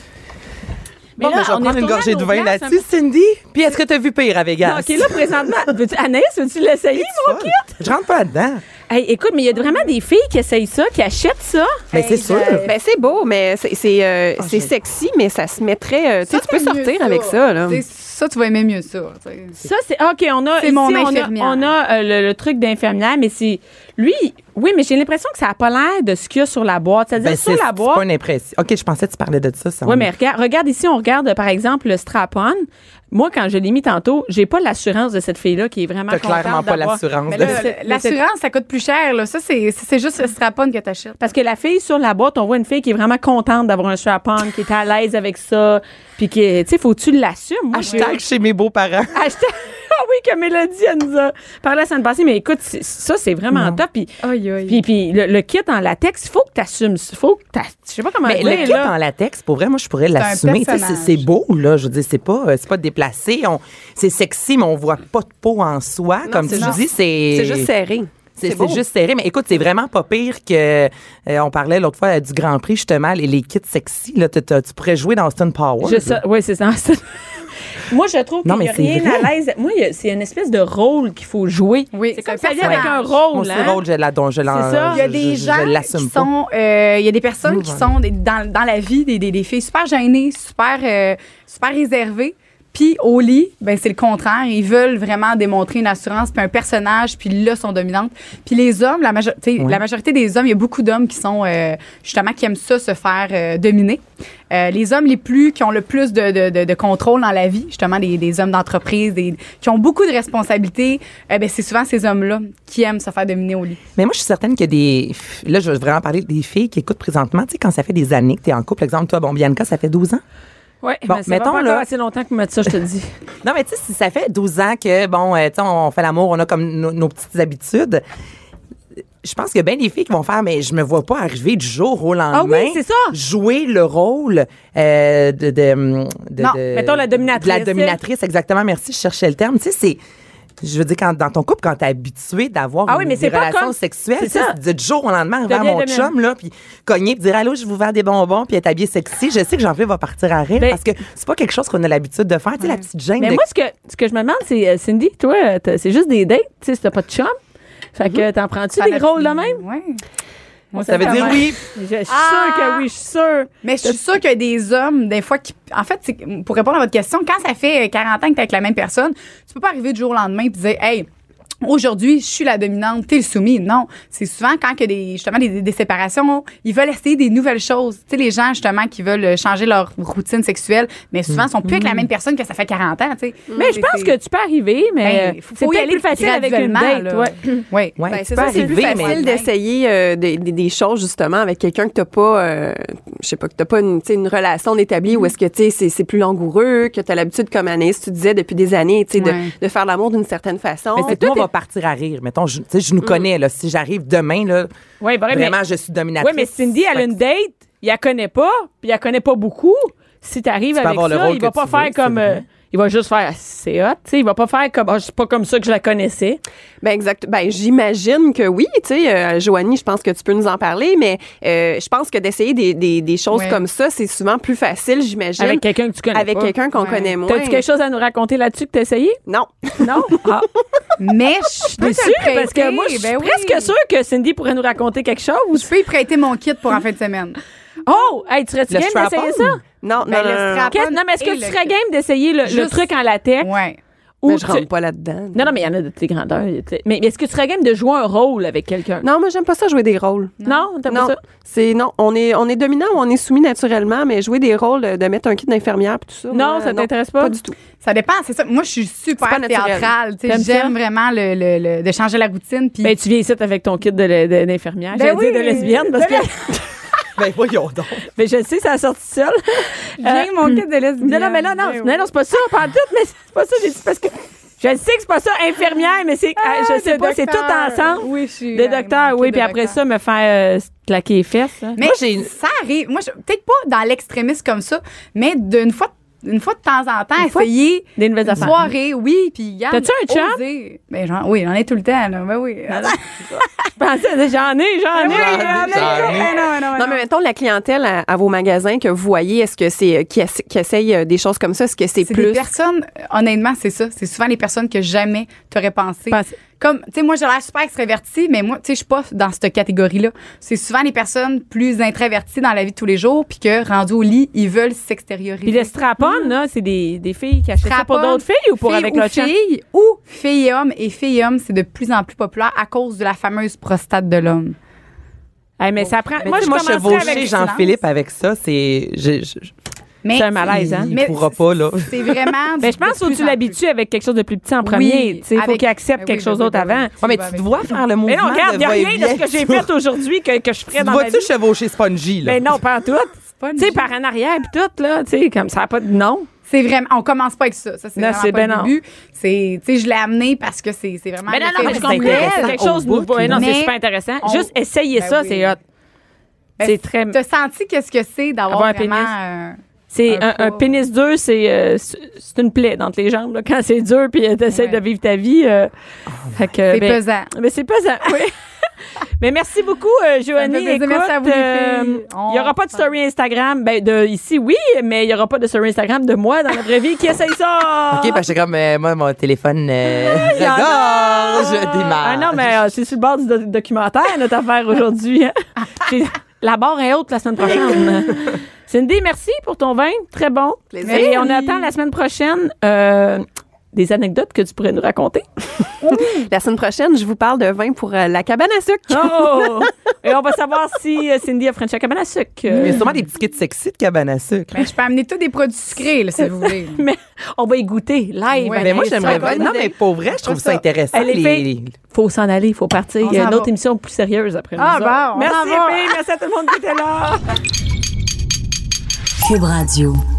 S4: Bon,
S3: là,
S4: ben, je
S3: on est
S4: vais prendre une
S3: retourné à
S4: gorgée de
S3: nos
S4: vin
S3: places,
S4: là-dessus, Cindy. Puis est-ce que t'as vu pire à
S3: Non,
S4: Vegas?
S3: OK, là, présentement, veux-tu- Anaïs, veux-tu l'essayer, mon
S4: Fun.
S3: kit?
S4: Je rentre pas là-dedans.
S3: Hey, écoute, mais il y a vraiment des filles qui essayent ça, qui achètent ça.
S4: Mais c'est
S6: Hey,
S4: sûr.
S6: ben,
S5: Ben, c'est beau, mais c'est c'est, euh,
S4: Ah,
S5: c'est
S4: j'ai-
S5: sexy, mais ça se mettrait. euh, tu sais,
S6: Ça,
S5: tu peux
S6: t'aimes
S5: sortir
S6: mieux ça.
S5: avec ça, là.
S6: T'sais, Ça, tu vas aimer mieux ça. t'sais.
S3: Ça, c'est. ah, OK, on a.
S6: C'est
S3: ici,
S6: mon
S3: on a-
S6: infirmière.
S3: On a, euh, le, le truc d'infirmière, mais c'est. Lui, oui, mais j'ai l'impression que ça n'a pas l'air de ce qu'il y a sur la boîte. C'est-à-dire,
S4: Ben,
S3: sur
S4: c'est
S3: la
S4: c'est pas
S3: boîte.
S4: une impression. OK, je pensais que tu parlais de ça. ça
S3: Oui,
S4: on-
S3: mais regarde, regarde ici, on regarde, euh, par exemple, le strap-on. Moi, quand je l'ai mis tantôt, j'ai pas l'assurance de cette fille-là qui est vraiment.
S4: T'as
S3: contente
S4: clairement pas
S3: d'avoir-
S4: l'assurance.
S6: Mais
S4: de-
S6: là,
S3: c'est-
S6: Euh, l'assurance, ça coûte plus cher. Là. Ça, c'est c'est juste le strapon que t'achètes.
S3: Parce que la fille sur la boîte, on voit une fille qui est vraiment contente d'avoir un strap-on, qui est à l'aise avec ça. Puis, qui est- tu sais, faut-tu l'assumer? Moi, je-
S4: Hashtag chez mes beaux-parents.
S3: Hashtag- Ah oui, que Mélodie, elle nous a parlé la semaine passée. Mais écoute, c'est- ça, c'est vraiment top. Puis,
S6: Aïe, aïe.
S3: Puis, puis le, le kit en latex, faut que t'assumes. Faut que t'as. Je sais pas comment
S4: Mais
S3: dire,
S4: le kit
S3: là.
S4: en latex, pour vrai, moi, je pourrais
S6: un
S4: l'assumer. Tu sais, C'est
S6: personnage.
S4: c'est beau, là. Je veux dire, c'est pas, euh, c'est pas déplacé. On- C'est sexy, mais on voit pas de peau en soi. Comme tu
S5: c'est non.
S4: dis, c'est.
S5: C'est juste serré.
S4: C'est
S5: C'est beau.
S4: c'est juste serré. Mais écoute, c'est vraiment pas pire que. euh, on parlait l'autre fois euh, du Grand Prix, justement, les, les kits sexy. Là, T'as- t'as- tu pourrais jouer dans Austin Power.
S3: Je sais- ouais, c'est ça. Moi, je trouve qu'il
S4: Non, mais
S3: n'y a
S4: c'est
S3: rien
S4: vrai.
S3: à l'aise. Moi, il y a- c'est une espèce de rôle qu'il faut jouer.
S6: Oui,
S3: c'est
S6: c'est
S3: comme
S6: un
S3: ça vient avec un
S6: personnage.
S4: Moi,
S3: rôle.
S4: ce
S3: hein.
S4: rôle, je la- dont je l'en-
S3: ça.
S6: Il y a
S4: je-
S6: des
S4: je- je
S6: gens
S4: l'assume
S6: qui
S4: pas.
S6: sont. euh, il y a des personnes qui
S4: Souvent.
S6: sont des- dans, dans la vie des, des, des filles super gênées, super, euh, super réservées. Puis au lit, ben c'est le contraire. Ils veulent vraiment démontrer une assurance, puis un personnage, puis là, sont dominantes. Puis les hommes, la, majo- tu sais, la majorité des hommes, il y a beaucoup d'hommes qui sont euh, justement qui aiment ça, se faire euh, dominer. Euh, les hommes les plus, qui ont le plus de, de, de- de contrôle dans la vie, justement des, des hommes d'entreprise, des- qui ont beaucoup de responsabilités, euh, ben, c'est souvent ces hommes-là qui aiment se faire dominer au lit.
S4: Mais moi, je suis certaine qu'il y a des. Là, je veux vraiment parler des filles qui écoutent présentement. Tu sais, quand ça fait des années que tu es en couple, exemple, toi, bon, Bianca, ça fait 12 ans.
S3: Ouais,
S4: Bon,
S3: mais ça va
S4: mettons,
S3: pas
S4: là-
S3: encore assez longtemps que mettre ça, je te le dis.
S4: Non, mais tu sais, si ça fait 12 ans que, bon, euh, tu sais, on fait l'amour, on a comme nos, nos petites habitudes. Je pense que bien des filles qui vont faire, mais je me vois pas arriver du jour au lendemain.
S3: Ah oui, c'est ça.
S4: Jouer le rôle euh, de, de, de-
S3: Non,
S4: de-
S3: mettons la dominatrice,
S4: de la dominatrice, exactement. Merci, je cherchais le terme. Tu sais, c'est. Je veux dire, quand, dans ton couple, quand t'es habitué d'avoir
S3: Ah oui,
S4: une
S3: mais c'est
S4: des
S3: pas
S4: relations
S3: comme-
S4: sexuelles,
S3: c'est
S4: tu sais,
S3: ça.
S4: du jour au lendemain, vers
S3: Deviens
S4: mon
S3: dominant.
S4: chum, là, puis cogner, puis dire Allô, je vous vends des bonbons, puis être habillé sexy. Je sais que Jean-Philippe va partir à rire
S3: Ben-
S4: parce que c'est pas quelque chose qu'on a l'habitude de faire. Tu sais, la petite gêne
S3: Mais
S4: de
S3: moi, ce que, ce que je me demande, c'est, euh, Cindy, toi, euh, t'as- c'est juste des dates, tu sais, si t'as pas de chum. Fait
S6: Mm-hmm.
S3: que t'en prends-tu des rôles de même?
S6: Oui.
S4: Ça veut dire oui.
S3: Je suis sûre
S6: Ah! Mm-hmm.
S3: que oui, je suis sûre.
S6: Mais je suis sûre qu'il y a des hommes, des fois, qui. En fait, c'est- pour répondre à votre question, quand ça fait 40 ans que t'es avec la même personne, tu peux pas arriver du jour au lendemain et dire, hey, Aujourd'hui, je suis la dominante, t'es le soumis. Non, c'est souvent quand il y a des, justement des, des séparations, ils veulent essayer des nouvelles choses. Tu sais, les gens justement qui veulent euh, changer leur routine sexuelle, mais souvent sont plus avec
S3: Mm-hmm.
S6: la même personne que ça fait 40 ans. tu sais.
S3: Mais je pense que tu peux arriver, mais
S6: Ben,
S3: euh,
S6: faut-
S3: c'est
S6: faut y
S3: peut-être
S6: aller
S3: plus facile avec une
S6: graduellement,
S3: date.
S6: là.
S3: ouais.
S6: Ouais.
S4: Ouais,
S5: Ben,
S4: tu
S5: c'est
S4: peux
S5: ça, c'est plus
S4: arriver, mais-
S5: facile d'essayer euh, des, des- des choses justement avec quelqu'un que t'as pas, euh, je sais pas, que t'as pas une, tu sais, une relation établie où est-ce que tu sais, c'est- c'est plus langoureux, que t'as l'habitude comme Anaïs, tu disais depuis des années, tu sais, de-
S6: Ouais.
S5: de, faire l'amour d'une certaine façon.
S4: Mais Mm. c'est que moi, on va partir à rire. Mettons, je, tu sais, je nous connais, là. Si j'arrive demain, là,
S3: Ouais, vrai, mais-
S4: vraiment, je suis dominatrice.
S3: Ouais, mais Cindy, elle a
S4: Fait
S3: une date, il la connaît pas, puis il la connaît pas beaucoup. Si t'arrives
S4: Tu peux
S3: avec
S4: avoir le
S3: ça,
S4: rôle
S3: il va
S4: que
S3: pas
S4: tu
S3: faire
S4: veux,
S3: comme.
S4: c'est
S3: euh,
S4: vrai.
S3: il va juste faire Ah, c'est hot, tu sais. Il va pas faire comme. Ah, c'est pas comme ça que je la connaissais.
S5: Ben exact. Ben j'imagine que oui. Tu sais, euh, Joanie, je pense que tu peux nous en parler, mais euh, je pense que d'essayer des, des, des choses
S6: Ouais.
S5: comme ça, c'est souvent plus facile, j'imagine.
S3: Avec quelqu'un que tu connais
S5: Avec
S3: pas.
S5: quelqu'un qu'on
S6: Ouais.
S5: connaît moins.
S3: T'as-tu quelque chose à nous raconter là-dessus que t'as essayé?
S5: Non.
S3: Non? Ah,
S6: Mais je suis
S3: déçue, parce que moi, je suis presque sûre que Cindy pourrait nous raconter quelque
S6: Je
S3: chose.
S6: peux y prêter mon kit pour en fin de semaine.
S3: Oh! Hey, tu serais-tu
S4: Le
S3: game d'essayer
S4: strap-on?
S3: ça?
S5: Non, non,
S6: Ben, le
S5: non, non, non.
S6: strap-
S3: Qu'est- non, mais est-ce que
S6: Et
S3: tu
S6: le-
S3: serais game d'essayer le, le
S6: Juste-
S3: truc en latex?
S6: Ouais.
S3: ou
S5: Ben, je
S3: tu-
S5: rentre pas là-dedans.
S3: Non, non, mais il y en a de tes grandeurs. tu sais. Mais, mais est-ce que tu serais game de jouer un rôle avec quelqu'un?
S5: Non, moi j'aime pas ça jouer des rôles.
S3: Non? T'aimes pas
S5: Non,
S3: ça?
S5: c'est non, on est on est dominant ou on est soumis naturellement, mais jouer des rôles euh, de mettre un kit d'infirmière pis tout ça.
S3: Non,
S5: moi,
S3: ça t'intéresse pas?
S5: Pas du tout.
S6: Ça dépend, c'est ça. Moi, je suis
S5: C'est
S6: super
S5: pas naturel.
S6: théâtrale. tu sais.
S3: T'aimes
S6: J'aime
S3: ça?
S6: vraiment le, le- le- de changer la routine. Puis
S3: Ben, tu viens ici avec ton kit de le- de- d'infirmière.
S6: Ben
S3: J'allais dire
S6: oui.
S3: de lesbienne parce que.
S4: que- Ben, voyons donc.
S3: Mais je le sais, ça a sorti seul. Euh,
S6: J'ai mon kit de lesbienne.
S3: Non, non, mais là, non,
S6: Ben
S3: non,
S6: oui.
S3: non, c'est pas ça, pas en tout, mais c'est pas ça, j'ai dit parce que. Je le sais que c'est pas ça, infirmière, mais c'est.
S6: Ah,
S3: je sais
S6: des
S3: pas, c'est tout
S6: docteurs.
S3: ensemble.
S6: Oui, je suis.
S3: Des
S6: euh,
S3: docteurs,
S6: mon
S3: oui,
S6: kit
S3: puis
S6: de
S3: après
S6: docteur.
S3: ça, me faire euh, claquer les fesses. là.
S6: Mais ça arrive. Moi, je- peut-être pas dans l'extrémisme comme ça, mais d'une fois, une fois de temps en temps,
S3: Une fois-
S6: essayer.
S3: Des nouvelles
S6: Une
S3: affaires.
S6: soirée, oui, puis garde.
S3: T'as-tu un chum?
S6: oser. Ben, genre, oui, j'en ai tout le temps, là. Ben oui.
S3: Je pensais, j'en ai,
S6: Ah
S3: j'en ai.
S6: j'en ai. Ben non, ben non, ben
S5: Non, mais mettons la clientèle à, à vos magasins que vous voyez, est-ce que c'est euh, qui, essa- qui essaye euh, des choses comme ça, est-ce que c'est
S6: C'est des
S5: plus
S6: personnes, honnêtement, c'est ça. C'est souvent les personnes que jamais t'aurais pensé.
S3: Pensé.
S6: Comme, tu sais, moi, j'ai l'air super extravertie, mais moi, tu sais, je suis pas dans cette catégorie-là. C'est souvent les personnes plus introverties dans la vie de tous les jours, puis que, rendues au lit, ils veulent s'extérioriser.
S3: Puis le strap-on, là, c'est des, des filles qui achètent ça pour
S6: Hmm. Strap-on,
S3: d'autres filles ou pour
S6: filles
S3: avec
S6: ou
S3: leur chien?
S6: filles ou filles et hommes. Et filles et hommes, c'est de plus en plus populaire à cause de la fameuse prostate de l'homme.
S3: Hey, Eh, mais ça prend.
S4: Mais
S3: moi,
S4: tu
S3: je
S4: sais, moi,
S3: commencerais avec
S4: chevaucher Jean-Philippe avec ça, c'est. je- je-
S6: Mais
S3: C'est un malaise, hein?
S4: Il
S6: Mais
S4: pourra pas, là.
S6: C'est vraiment.
S3: Ben, je pense
S6: que
S3: que tu l'habitues avec quelque chose de plus petit en premier.
S6: Oui,
S3: tu sais, il faut
S6: avec-
S3: qu'il accepte
S6: Ben
S3: quelque
S6: oui,
S3: chose
S6: ben oui,
S3: d'autre
S6: ben oui.
S3: avant.
S4: Ouais, mais tu
S6: avec-
S4: dois faire le
S3: Mais
S4: mouvement.
S3: non, regarde,
S4: de
S3: il a rien de ce que j'ai
S4: va-et-vient
S3: fait
S4: sur-
S3: aujourd'hui que, que je ferais
S4: Tu
S3: dans ma vie.
S4: vois-tu chevaucher Spongy, là?
S3: Mais non, pas en tout.
S6: pas une
S3: Tu sais,
S6: vie.
S3: par en arrière puis tout, là, tu sais, comme ça a pas de nom.
S6: C'est vraiment. On commence pas avec ça. Ça, c'est
S3: Non, c'est
S6: vraiment pas
S3: ben non.
S6: le début. C'est, tu sais, je l'ai amené parce que c'est, c'est vraiment.
S3: Mais non,
S6: l'effet
S3: non, mais je
S6: du
S4: comprends.
S6: cocktail.
S3: comprends. Quelque chose de
S4: au
S3: nouveau.
S4: bout,
S3: Ouais, non,
S6: là.
S3: c'est
S6: Mais
S3: super intéressant.
S6: on-
S3: Juste essayer
S6: Ben
S3: ça,
S6: oui.
S3: c'est hot.
S6: Ben,
S3: C'est très.
S6: T'as senti qu'est-ce que c'est d'avoir
S3: Avoir un
S6: vraiment.
S3: pénis.
S6: euh,
S3: C'est
S6: un
S3: un, un
S6: poids.
S3: pénis dur, c'est euh, c'est- c'est une plaie dans les jambes. là. Quand c'est dur, puis euh, t'essayes
S6: Ouais. Oh,
S3: de vivre ta vie. euh, fait que,
S6: c'est
S3: ben,
S6: pesant.
S3: Mais c'est pesant, oui. Mais merci beaucoup, euh, Joanie.
S6: plaisir.
S3: Écoute,
S6: Merci à vous, les
S3: euh,
S6: filles.
S3: il n'y aura pas de story Instagram. Ben, de, ici, oui, mais il n'y aura pas de story Instagram de moi dans la vraie vie. Qui essaye ça?
S4: OK, parce que comme euh, moi, mon téléphone euh,
S3: Il y en a!
S4: de gorge démarre.
S3: Ah non, mais euh, c'est sur le bord du do- documentaire, notre affaire aujourd'hui. hein. C'est- La barre est haute la semaine prochaine. Cindy, merci pour ton vin. Très bon.
S5: Plaisir.
S3: Et on attend la semaine prochaine euh, des anecdotes que tu pourrais nous raconter.
S5: La semaine prochaine, je vous parle de vin pour euh, la cabane à sucre.
S3: Oh! Et on va savoir si euh, Cindy a French à cabane à sucre.
S4: Il y
S3: Euh,
S4: a sûrement des petits kits sexy de cabane à sucre.
S6: Mais Ben, je peux amener tous des produits sucrés, là, si vous voulez.
S3: mais on va y goûter live.
S6: Ouais,
S4: Mais moi,
S6: c'est
S4: j'aimerais
S6: une bonne
S4: bien. Non,
S6: idée.
S4: mais pour vrai, je trouve ça
S6: ça.
S4: intéressant.
S3: Elle est
S4: les-
S3: faite. faut s'en aller, faut partir.
S6: On
S3: Il y a
S6: s'en
S3: une autre
S6: va.
S3: émission plus sérieuse après
S6: Ah,
S3: nous autres.
S6: bon, on
S3: Merci,
S6: s'en va.
S3: filles. Merci à tout le monde qui était là.
S1: Cube Radio.